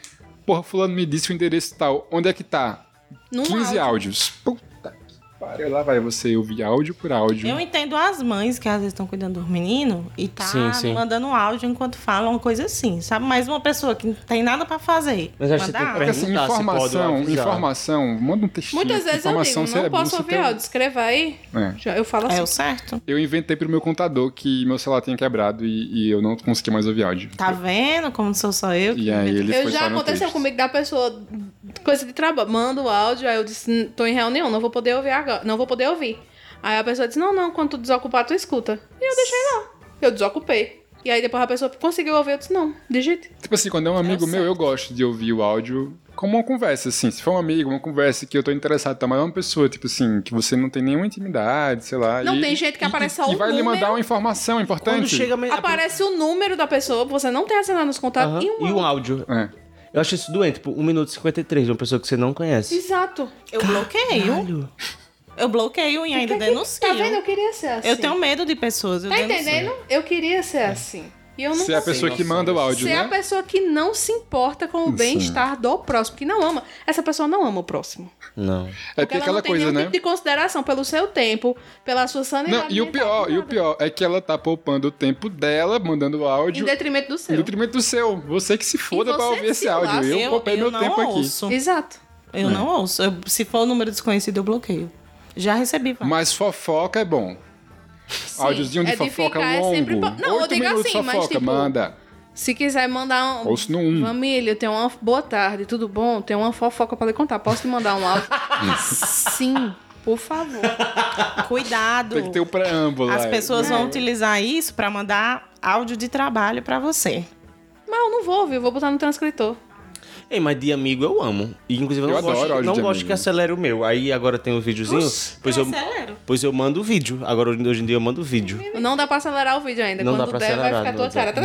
Speaker 4: porra, fulano me disse o endereço tal. Onde é que tá?
Speaker 7: Num
Speaker 4: 15 áudios. Puta que pariu. Lá vai você ouvir áudio por áudio.
Speaker 8: Eu entendo as mães que às vezes estão cuidando dos meninos e tá
Speaker 6: Sim, sim.
Speaker 8: mandando um áudio enquanto falam uma coisa assim, sabe? Mas uma pessoa que não tem nada pra fazer.
Speaker 6: Mas acho que tem que
Speaker 8: mandar áudio.
Speaker 4: Porque assim,
Speaker 6: perguntar se pode
Speaker 4: informação,
Speaker 6: avisar.
Speaker 4: informação, manda um textinho.
Speaker 7: Muitas vezes eu
Speaker 4: informação
Speaker 7: digo,
Speaker 4: você
Speaker 7: não
Speaker 4: é bom,
Speaker 7: posso
Speaker 4: você
Speaker 7: ouvir
Speaker 4: tem um-
Speaker 7: áudio, escreva aí.
Speaker 4: É.
Speaker 7: Já- Eu falo assim.
Speaker 8: É o certo?
Speaker 4: Eu inventei pro meu contador que meu celular tinha quebrado e, e eu não consegui mais ouvir áudio.
Speaker 8: Tá vendo como sou só eu? que
Speaker 4: E aí
Speaker 8: invento?
Speaker 4: ele
Speaker 7: Tá Eu
Speaker 4: foi
Speaker 7: já
Speaker 4: só no
Speaker 7: aconteceu
Speaker 4: texto.
Speaker 7: comigo da pessoa coisa de trabalho. Manda o áudio, aí eu disse, "Hum, tô em reunião, não vou poder ouvir agora, não vou poder ouvir. Aí a pessoa disse, não, não, quando tu desocupar, tu escuta. E eu deixei lá. Eu desocupei. E aí depois a pessoa conseguiu ouvir, eu disse, não, digite.
Speaker 4: Tipo assim,
Speaker 7: Tá
Speaker 4: quando é um amigo meu, eu gosto de ouvir o áudio como uma conversa, assim. Se for um amigo, uma conversa que eu tô interessado, tá? Mas é uma pessoa, tipo assim, que você não tem nenhuma intimidade, sei lá.
Speaker 7: Não tem jeito que
Speaker 4: e-
Speaker 7: apareça
Speaker 4: e,
Speaker 7: só
Speaker 4: E
Speaker 7: o
Speaker 4: vai lhe mandar
Speaker 7: número.
Speaker 4: uma informação importante.
Speaker 6: Quando chega... me-
Speaker 7: Aparece o número da pessoa, você não tem assinado nos
Speaker 6: Aham,
Speaker 7: contatos e um
Speaker 6: E um
Speaker 7: áudio.
Speaker 6: áudio.
Speaker 4: É.
Speaker 6: Eu acho isso doente, tipo, 1 minuto e 53 de uma pessoa que você não conhece.
Speaker 7: Exato.
Speaker 8: Eu bloqueio.
Speaker 6: Caralho.
Speaker 8: Eu bloqueio e ainda
Speaker 7: Por que que-
Speaker 8: denuncio.
Speaker 7: Tá vendo? Eu queria ser assim.
Speaker 8: Eu tenho medo de pessoas. Eu
Speaker 7: Tá
Speaker 8: denuncio.
Speaker 7: entendendo? Eu queria ser assim. E eu não
Speaker 4: Você é a pessoa que manda o áudio,
Speaker 7: Você é
Speaker 4: né?
Speaker 7: a pessoa que não se importa com o bem-estar do próximo, que não ama. Essa pessoa não ama o próximo.
Speaker 6: Não.
Speaker 4: É
Speaker 7: Porque
Speaker 4: tem
Speaker 7: ela
Speaker 4: aquela
Speaker 7: não tem
Speaker 4: coisa,
Speaker 7: nenhum
Speaker 4: né?
Speaker 7: tipo de consideração pelo seu tempo, pela sua sanidade.
Speaker 4: Não, e o
Speaker 7: mental,
Speaker 4: pior, e o
Speaker 7: nada.
Speaker 4: pior é que ela tá poupando o tempo dela, mandando o
Speaker 7: Em
Speaker 4: áudio.
Speaker 7: detrimento é do
Speaker 4: Em
Speaker 7: seu.
Speaker 4: detrimento do seu. Você que se foda pra
Speaker 7: você
Speaker 4: ouvir
Speaker 7: se
Speaker 4: esse áudio.
Speaker 7: lasca.
Speaker 4: Eu, poupei meu
Speaker 8: não
Speaker 4: tempo Né?
Speaker 8: ouço.
Speaker 7: Exato.
Speaker 8: Eu não ouço. Eu- se for o número desconhecido, eu bloqueio. Já recebi
Speaker 4: aqui.
Speaker 8: vários.
Speaker 4: Mas fofoca é bom. Áudiozinho de
Speaker 7: é de
Speaker 4: fofoca
Speaker 7: ficar, é
Speaker 4: longo.
Speaker 7: sempre bom. Não, eu
Speaker 4: Oito
Speaker 7: digo
Speaker 4: minutos
Speaker 7: assim, mas,
Speaker 4: fofoca,
Speaker 7: tipo,
Speaker 4: manda.
Speaker 7: Se quiser mandar um.
Speaker 4: Ouço no um.
Speaker 7: Família, tem uma boa tarde, tudo bom? Tem uma fofoca pra lhe contar. Posso te mandar
Speaker 6: (laughs)
Speaker 7: um áudio? Sim, por favor.
Speaker 8: Cuidado.
Speaker 4: Tem que ter o preâmbulo.
Speaker 8: As
Speaker 4: é.
Speaker 8: pessoas vão utilizar isso pra mandar áudio de trabalho pra você.
Speaker 7: Mas eu não vou ouvir, eu vou botar no transcritor.
Speaker 6: Ei, mas de amigo eu amo. E inclusive eu não
Speaker 4: Eu
Speaker 6: gosto,
Speaker 4: adoro áudio
Speaker 6: não
Speaker 4: de
Speaker 6: gosto
Speaker 4: amigo.
Speaker 6: que acelere o meu. Aí agora tem os videozinhos, pois eu,
Speaker 8: acelero.
Speaker 6: pois eu mando o vídeo. Agora hoje em dia eu mando o vídeo.
Speaker 7: Não dá pra acelerar o vídeo ainda.
Speaker 6: Não
Speaker 7: Quando
Speaker 6: dá pra
Speaker 7: der, vai
Speaker 6: acelerar,
Speaker 7: ficar
Speaker 6: não
Speaker 7: tua
Speaker 6: dá.
Speaker 7: cara.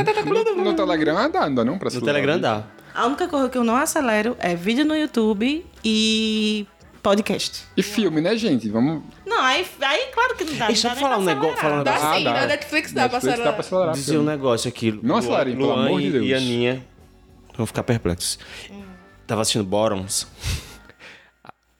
Speaker 4: No Telegram ah, dá, não dá, não? Pra
Speaker 6: No
Speaker 4: celular,
Speaker 6: Telegram
Speaker 4: né?
Speaker 6: dá.
Speaker 8: A única coisa que eu não acelero é vídeo no YouTube e podcast.
Speaker 4: E filme, né, gente? Vamos.
Speaker 8: Não, aí, aí claro que não dá.
Speaker 6: Deixa
Speaker 8: não
Speaker 6: eu
Speaker 8: Tá,
Speaker 6: falar
Speaker 8: dá nem
Speaker 6: um
Speaker 8: pra
Speaker 6: negócio-
Speaker 8: acelerar.
Speaker 6: falar um
Speaker 7: Dá
Speaker 4: Ah,
Speaker 7: sim,
Speaker 4: dá.
Speaker 7: na Netflix dá pra
Speaker 4: Netflix
Speaker 7: acelerar.
Speaker 4: acelerar.
Speaker 6: Dizer um
Speaker 4: filme.
Speaker 6: negócio aqui.
Speaker 4: Não acelerem, pelo
Speaker 6: Luan
Speaker 4: amor de
Speaker 6: e-
Speaker 4: Deus.
Speaker 6: E Aninha vão ficar perplexos. Tava assistindo Bottoms.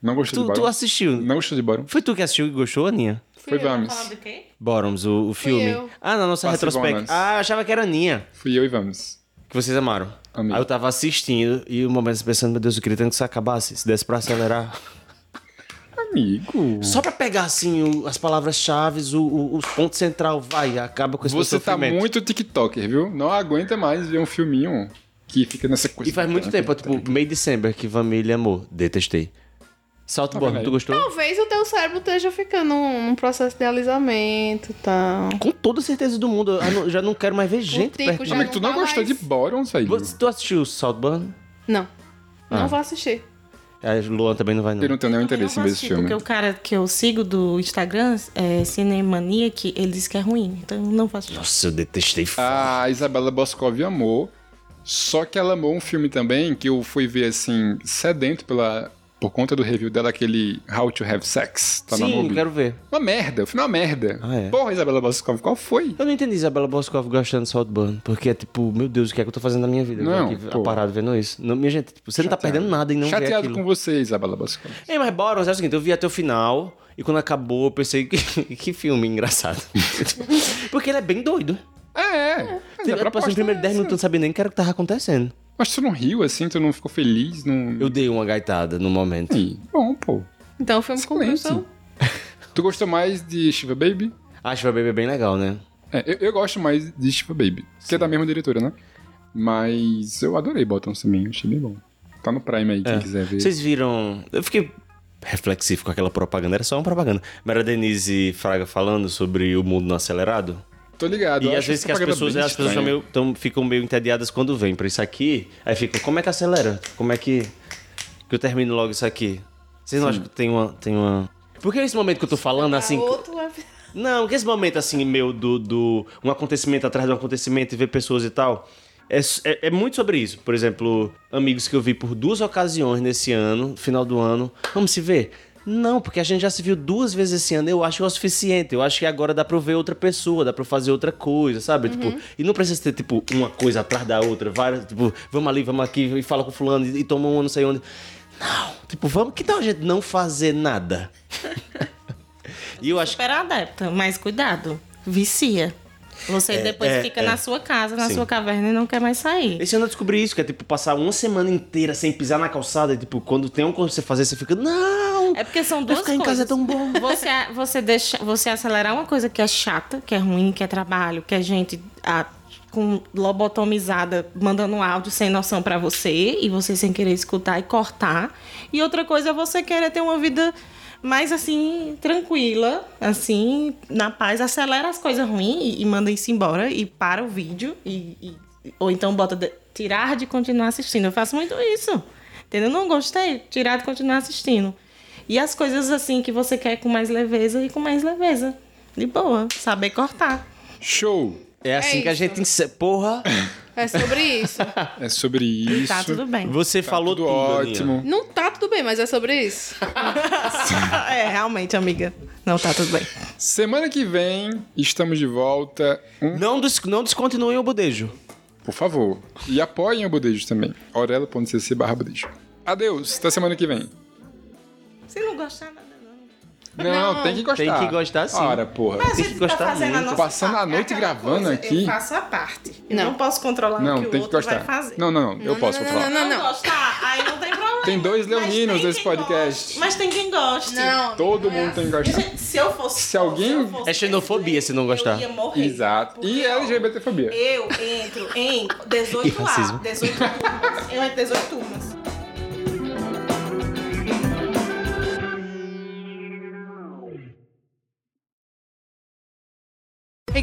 Speaker 4: Não gostou
Speaker 6: Tu,
Speaker 4: de
Speaker 6: tu
Speaker 4: Barão?
Speaker 6: assistiu?
Speaker 4: Não gostou de Barão?
Speaker 6: Foi tu que assistiu e gostou, Aninha?
Speaker 4: Foi Vamos.
Speaker 8: Falando do quê?
Speaker 6: Bottoms, o, o filme.
Speaker 7: eu.
Speaker 6: Ah, na nossa
Speaker 4: Passivonas.
Speaker 6: retrospectiva. Ah, eu achava que era Aninha.
Speaker 4: Fui eu e Vamos.
Speaker 6: Que vocês amaram.
Speaker 4: Amei.
Speaker 6: Aí eu tava assistindo e um momento pensando, meu Deus, eu queria tanto que isso acabasse. Se desse pra acelerar.
Speaker 4: Hum. Amigo.
Speaker 6: Só pra pegar, assim, o- as palavras-chave, o, o, o ponto central, vai, acaba com esse
Speaker 4: Você
Speaker 6: meu
Speaker 4: tá
Speaker 6: sofrimento.
Speaker 4: muito TikToker, viu? Não aguenta mais ver um filminho que fica nessa coisa.
Speaker 6: E faz muito tempo, tipo, meio December, que Família amou. Detestei. Salto
Speaker 4: Ah,
Speaker 6: Borne,
Speaker 4: peraí.
Speaker 6: tu gostou?
Speaker 7: Talvez o teu cérebro esteja ficando num processo de alisamento e tal.
Speaker 6: Com toda certeza do mundo, eu não- já não quero mais ver gente
Speaker 7: tico
Speaker 6: perto.
Speaker 7: já-
Speaker 4: Amigo, tu não
Speaker 7: Não dá
Speaker 4: gostou
Speaker 7: mais.
Speaker 4: de Borons, velho?
Speaker 6: Você- Tu assistiu Saltburn?
Speaker 7: Não.
Speaker 6: Ah.
Speaker 7: Não vou assistir.
Speaker 6: A Luan também não vai, não.
Speaker 4: Eu Então, não tenho nenhum interesse em ver esse filme.
Speaker 8: Porque o cara que eu sigo do Instagram, é Cinemaniac, ele disse que é ruim. Então eu não faço isso.
Speaker 6: Nossa, eu detestei.
Speaker 4: A Isabela Boscov amou. Só que ela amou um filme também que eu fui ver assim, sedento pela. Por conta do review dela, aquele How to Have Sex, tá na
Speaker 6: Sim,
Speaker 4: Mubi.
Speaker 6: quero ver.
Speaker 4: Uma merda, o filme é uma merda.
Speaker 6: Ah, é?
Speaker 4: Porra, Isabela Boscov, qual foi?
Speaker 6: Eu não entendi Isabela Boscov gostando de Saltburn, porque é tipo, meu Deus, o que é que eu tô fazendo na minha vida?
Speaker 4: Não,
Speaker 6: eu tô aqui
Speaker 4: pô.
Speaker 6: aparado vendo isso. Não, minha gente, tipo, você não tá perdendo nada em não ver
Speaker 4: Chateado
Speaker 6: aquilo.
Speaker 4: com você, Isabela Boscov.
Speaker 6: Ei, mas bora, é o seguinte, eu vi até o final e quando acabou eu pensei, (laughs) que, que
Speaker 4: (laughs)
Speaker 6: filme engraçado. Porque ele é bem doido.
Speaker 4: É, é. Mas a
Speaker 6: eu passei
Speaker 4: proposta
Speaker 6: os primeiros
Speaker 4: é
Speaker 6: 10
Speaker 4: essa.
Speaker 6: minutos não sabia nem o que era que tava acontecendo.
Speaker 4: Mas tu não riu assim, tu não ficou feliz? Não...
Speaker 6: Eu dei uma gaitada no momento.
Speaker 4: Ih, Bom, pô.
Speaker 7: Então o filme cumpriu
Speaker 4: Excelente.
Speaker 7: seu.
Speaker 4: Tu gostou mais de Shiva Baby?
Speaker 6: Acho que vai beber bem legal, né?
Speaker 4: É, eu, eu gosto mais de Shiva Baby, que é da mesma diretora, né? Mas eu adorei Bottoms também, achei bem bom. Tá no Prime
Speaker 6: É.
Speaker 4: aí, quem quiser ver.
Speaker 6: Vocês viram. Eu fiquei reflexivo com aquela propaganda, era só uma propaganda. Mas era a Denise Fraga falando sobre o mundo não acelerado.
Speaker 4: Tô ligado. eu
Speaker 6: E às
Speaker 4: acho
Speaker 6: vezes
Speaker 4: essa
Speaker 6: que as
Speaker 4: propaganda é
Speaker 6: pessoas,
Speaker 4: bem
Speaker 6: as pessoas são
Speaker 4: estranha.
Speaker 6: meio- tão- ficam meio entediadas quando vêm pra isso aqui. Aí ficam, como é que acelera? Como é que, que eu termino logo isso aqui? Vocês não acham que tem uma. Tem uma... Porque esse momento que eu tô falando, assim.
Speaker 7: Outro é-
Speaker 6: Não, que esse momento assim, meu, do, do um acontecimento atrás de um acontecimento e ver pessoas e tal. É, s- é- é muito sobre isso. Por exemplo, amigos que eu vi por duas ocasiões nesse ano, final do ano. Vamos se ver? Não, porque a gente já se viu duas vezes esse ano. Eu acho que é o suficiente. Eu acho que agora dá pra eu ver outra pessoa, dá pra eu fazer outra coisa, sabe? Tipo, e não precisa ter, tipo, uma coisa atrás da outra. Várias, tipo, vamos ali, vamos aqui, e fala com fulano, e, e toma um, não sei onde. Não, tipo, vamos. Que tal a gente não fazer nada? (laughs) e eu acho
Speaker 8: Super adepta, mas cuidado. Vicia. Você depois
Speaker 6: é,
Speaker 8: fica
Speaker 6: é.
Speaker 8: na sua casa, na
Speaker 6: Sim.
Speaker 8: sua caverna e não quer mais sair.
Speaker 6: Esse ano eu descobri isso, que é tipo passar uma semana inteira sem pisar na calçada. E, tipo, quando tem um coisa pra você fazer, você fica, não!
Speaker 8: É porque são
Speaker 6: Vai
Speaker 8: duas
Speaker 6: ficar
Speaker 8: coisas.
Speaker 6: em casa é tão bom.
Speaker 8: Você, você, deixa, você acelerar uma coisa que é chata, que é ruim, que é trabalho, que é gente ah, com lobotomizada, mandando um áudio sem noção pra você e você sem querer escutar e cortar. E outra coisa é você querer ter uma vida mais assim, tranquila, assim, na paz, acelera as coisas ruins e, e manda isso embora e para o vídeo e, e- ou então bota de- tirar de continuar assistindo. Eu faço muito isso. Entendeu? Não gostei, tirar de continuar assistindo. E as coisas assim que você quer com mais leveza e com mais leveza. De boa, saber cortar.
Speaker 4: Show!
Speaker 6: É assim que a
Speaker 7: isso.
Speaker 6: gente encerra. Porra,
Speaker 7: É sobre
Speaker 6: (laughs)
Speaker 7: isso.
Speaker 4: É sobre isso.
Speaker 8: E tá tudo bem.
Speaker 6: você
Speaker 4: Tá
Speaker 6: falou
Speaker 4: tudo
Speaker 6: tudo. Aninha.
Speaker 4: ótimo.
Speaker 7: Não tá tudo bem, mas é sobre isso.
Speaker 8: (laughs) é, realmente, amiga. Não tá tudo bem.
Speaker 4: Semana que vem estamos de volta. Um,
Speaker 6: Não, des não descontinuem o budejo.
Speaker 4: por favor. E apoiem o Budejo também. orelo.cc barra budejo. Adeus, até semana que vem.
Speaker 8: Se não gostar, nada não. né?
Speaker 4: Não,
Speaker 7: Não,
Speaker 4: tem que gostar.
Speaker 6: tem que gostar, sim.
Speaker 4: Ora, porra.
Speaker 8: Mas
Speaker 6: Tem
Speaker 8: a
Speaker 6: que
Speaker 8: gente
Speaker 6: gostar
Speaker 8: tá fazendo a
Speaker 6: muito.
Speaker 8: nossa
Speaker 4: Passando
Speaker 8: parte.
Speaker 4: a noite
Speaker 8: É aquela
Speaker 4: gravando
Speaker 8: coisa,
Speaker 4: aqui.
Speaker 8: Eu faço a parte. Eu
Speaker 7: Não.
Speaker 8: não, posso controlar o
Speaker 4: Não,
Speaker 8: que o
Speaker 4: tem que
Speaker 8: outro vai
Speaker 4: gostar.
Speaker 8: fazer.
Speaker 4: Não, não, não. Eu posso,
Speaker 7: não,
Speaker 4: vou
Speaker 7: não,
Speaker 4: falar.
Speaker 7: não, não.
Speaker 8: gostar, aí não tem problema.
Speaker 4: Tem dois
Speaker 8: Mas
Speaker 4: leoninos
Speaker 8: tem
Speaker 4: nesse
Speaker 8: quem
Speaker 4: podcast.
Speaker 8: goste. Mas tem quem goste.
Speaker 7: Não.
Speaker 4: Todo mundo tem que gostar.
Speaker 8: Gente, Se eu fosse.
Speaker 4: Se alguém-
Speaker 8: eu fosse
Speaker 6: É xenofobia se não gostar.
Speaker 8: Eu ia morrer.
Speaker 4: Exato. E é
Speaker 8: Porque, é ó,
Speaker 4: LGBTfobia.
Speaker 8: Eu entro em 18
Speaker 6: E racismo.
Speaker 8: A, 18 turmas. Eu entro em 18 turmas.
Speaker 1: Hey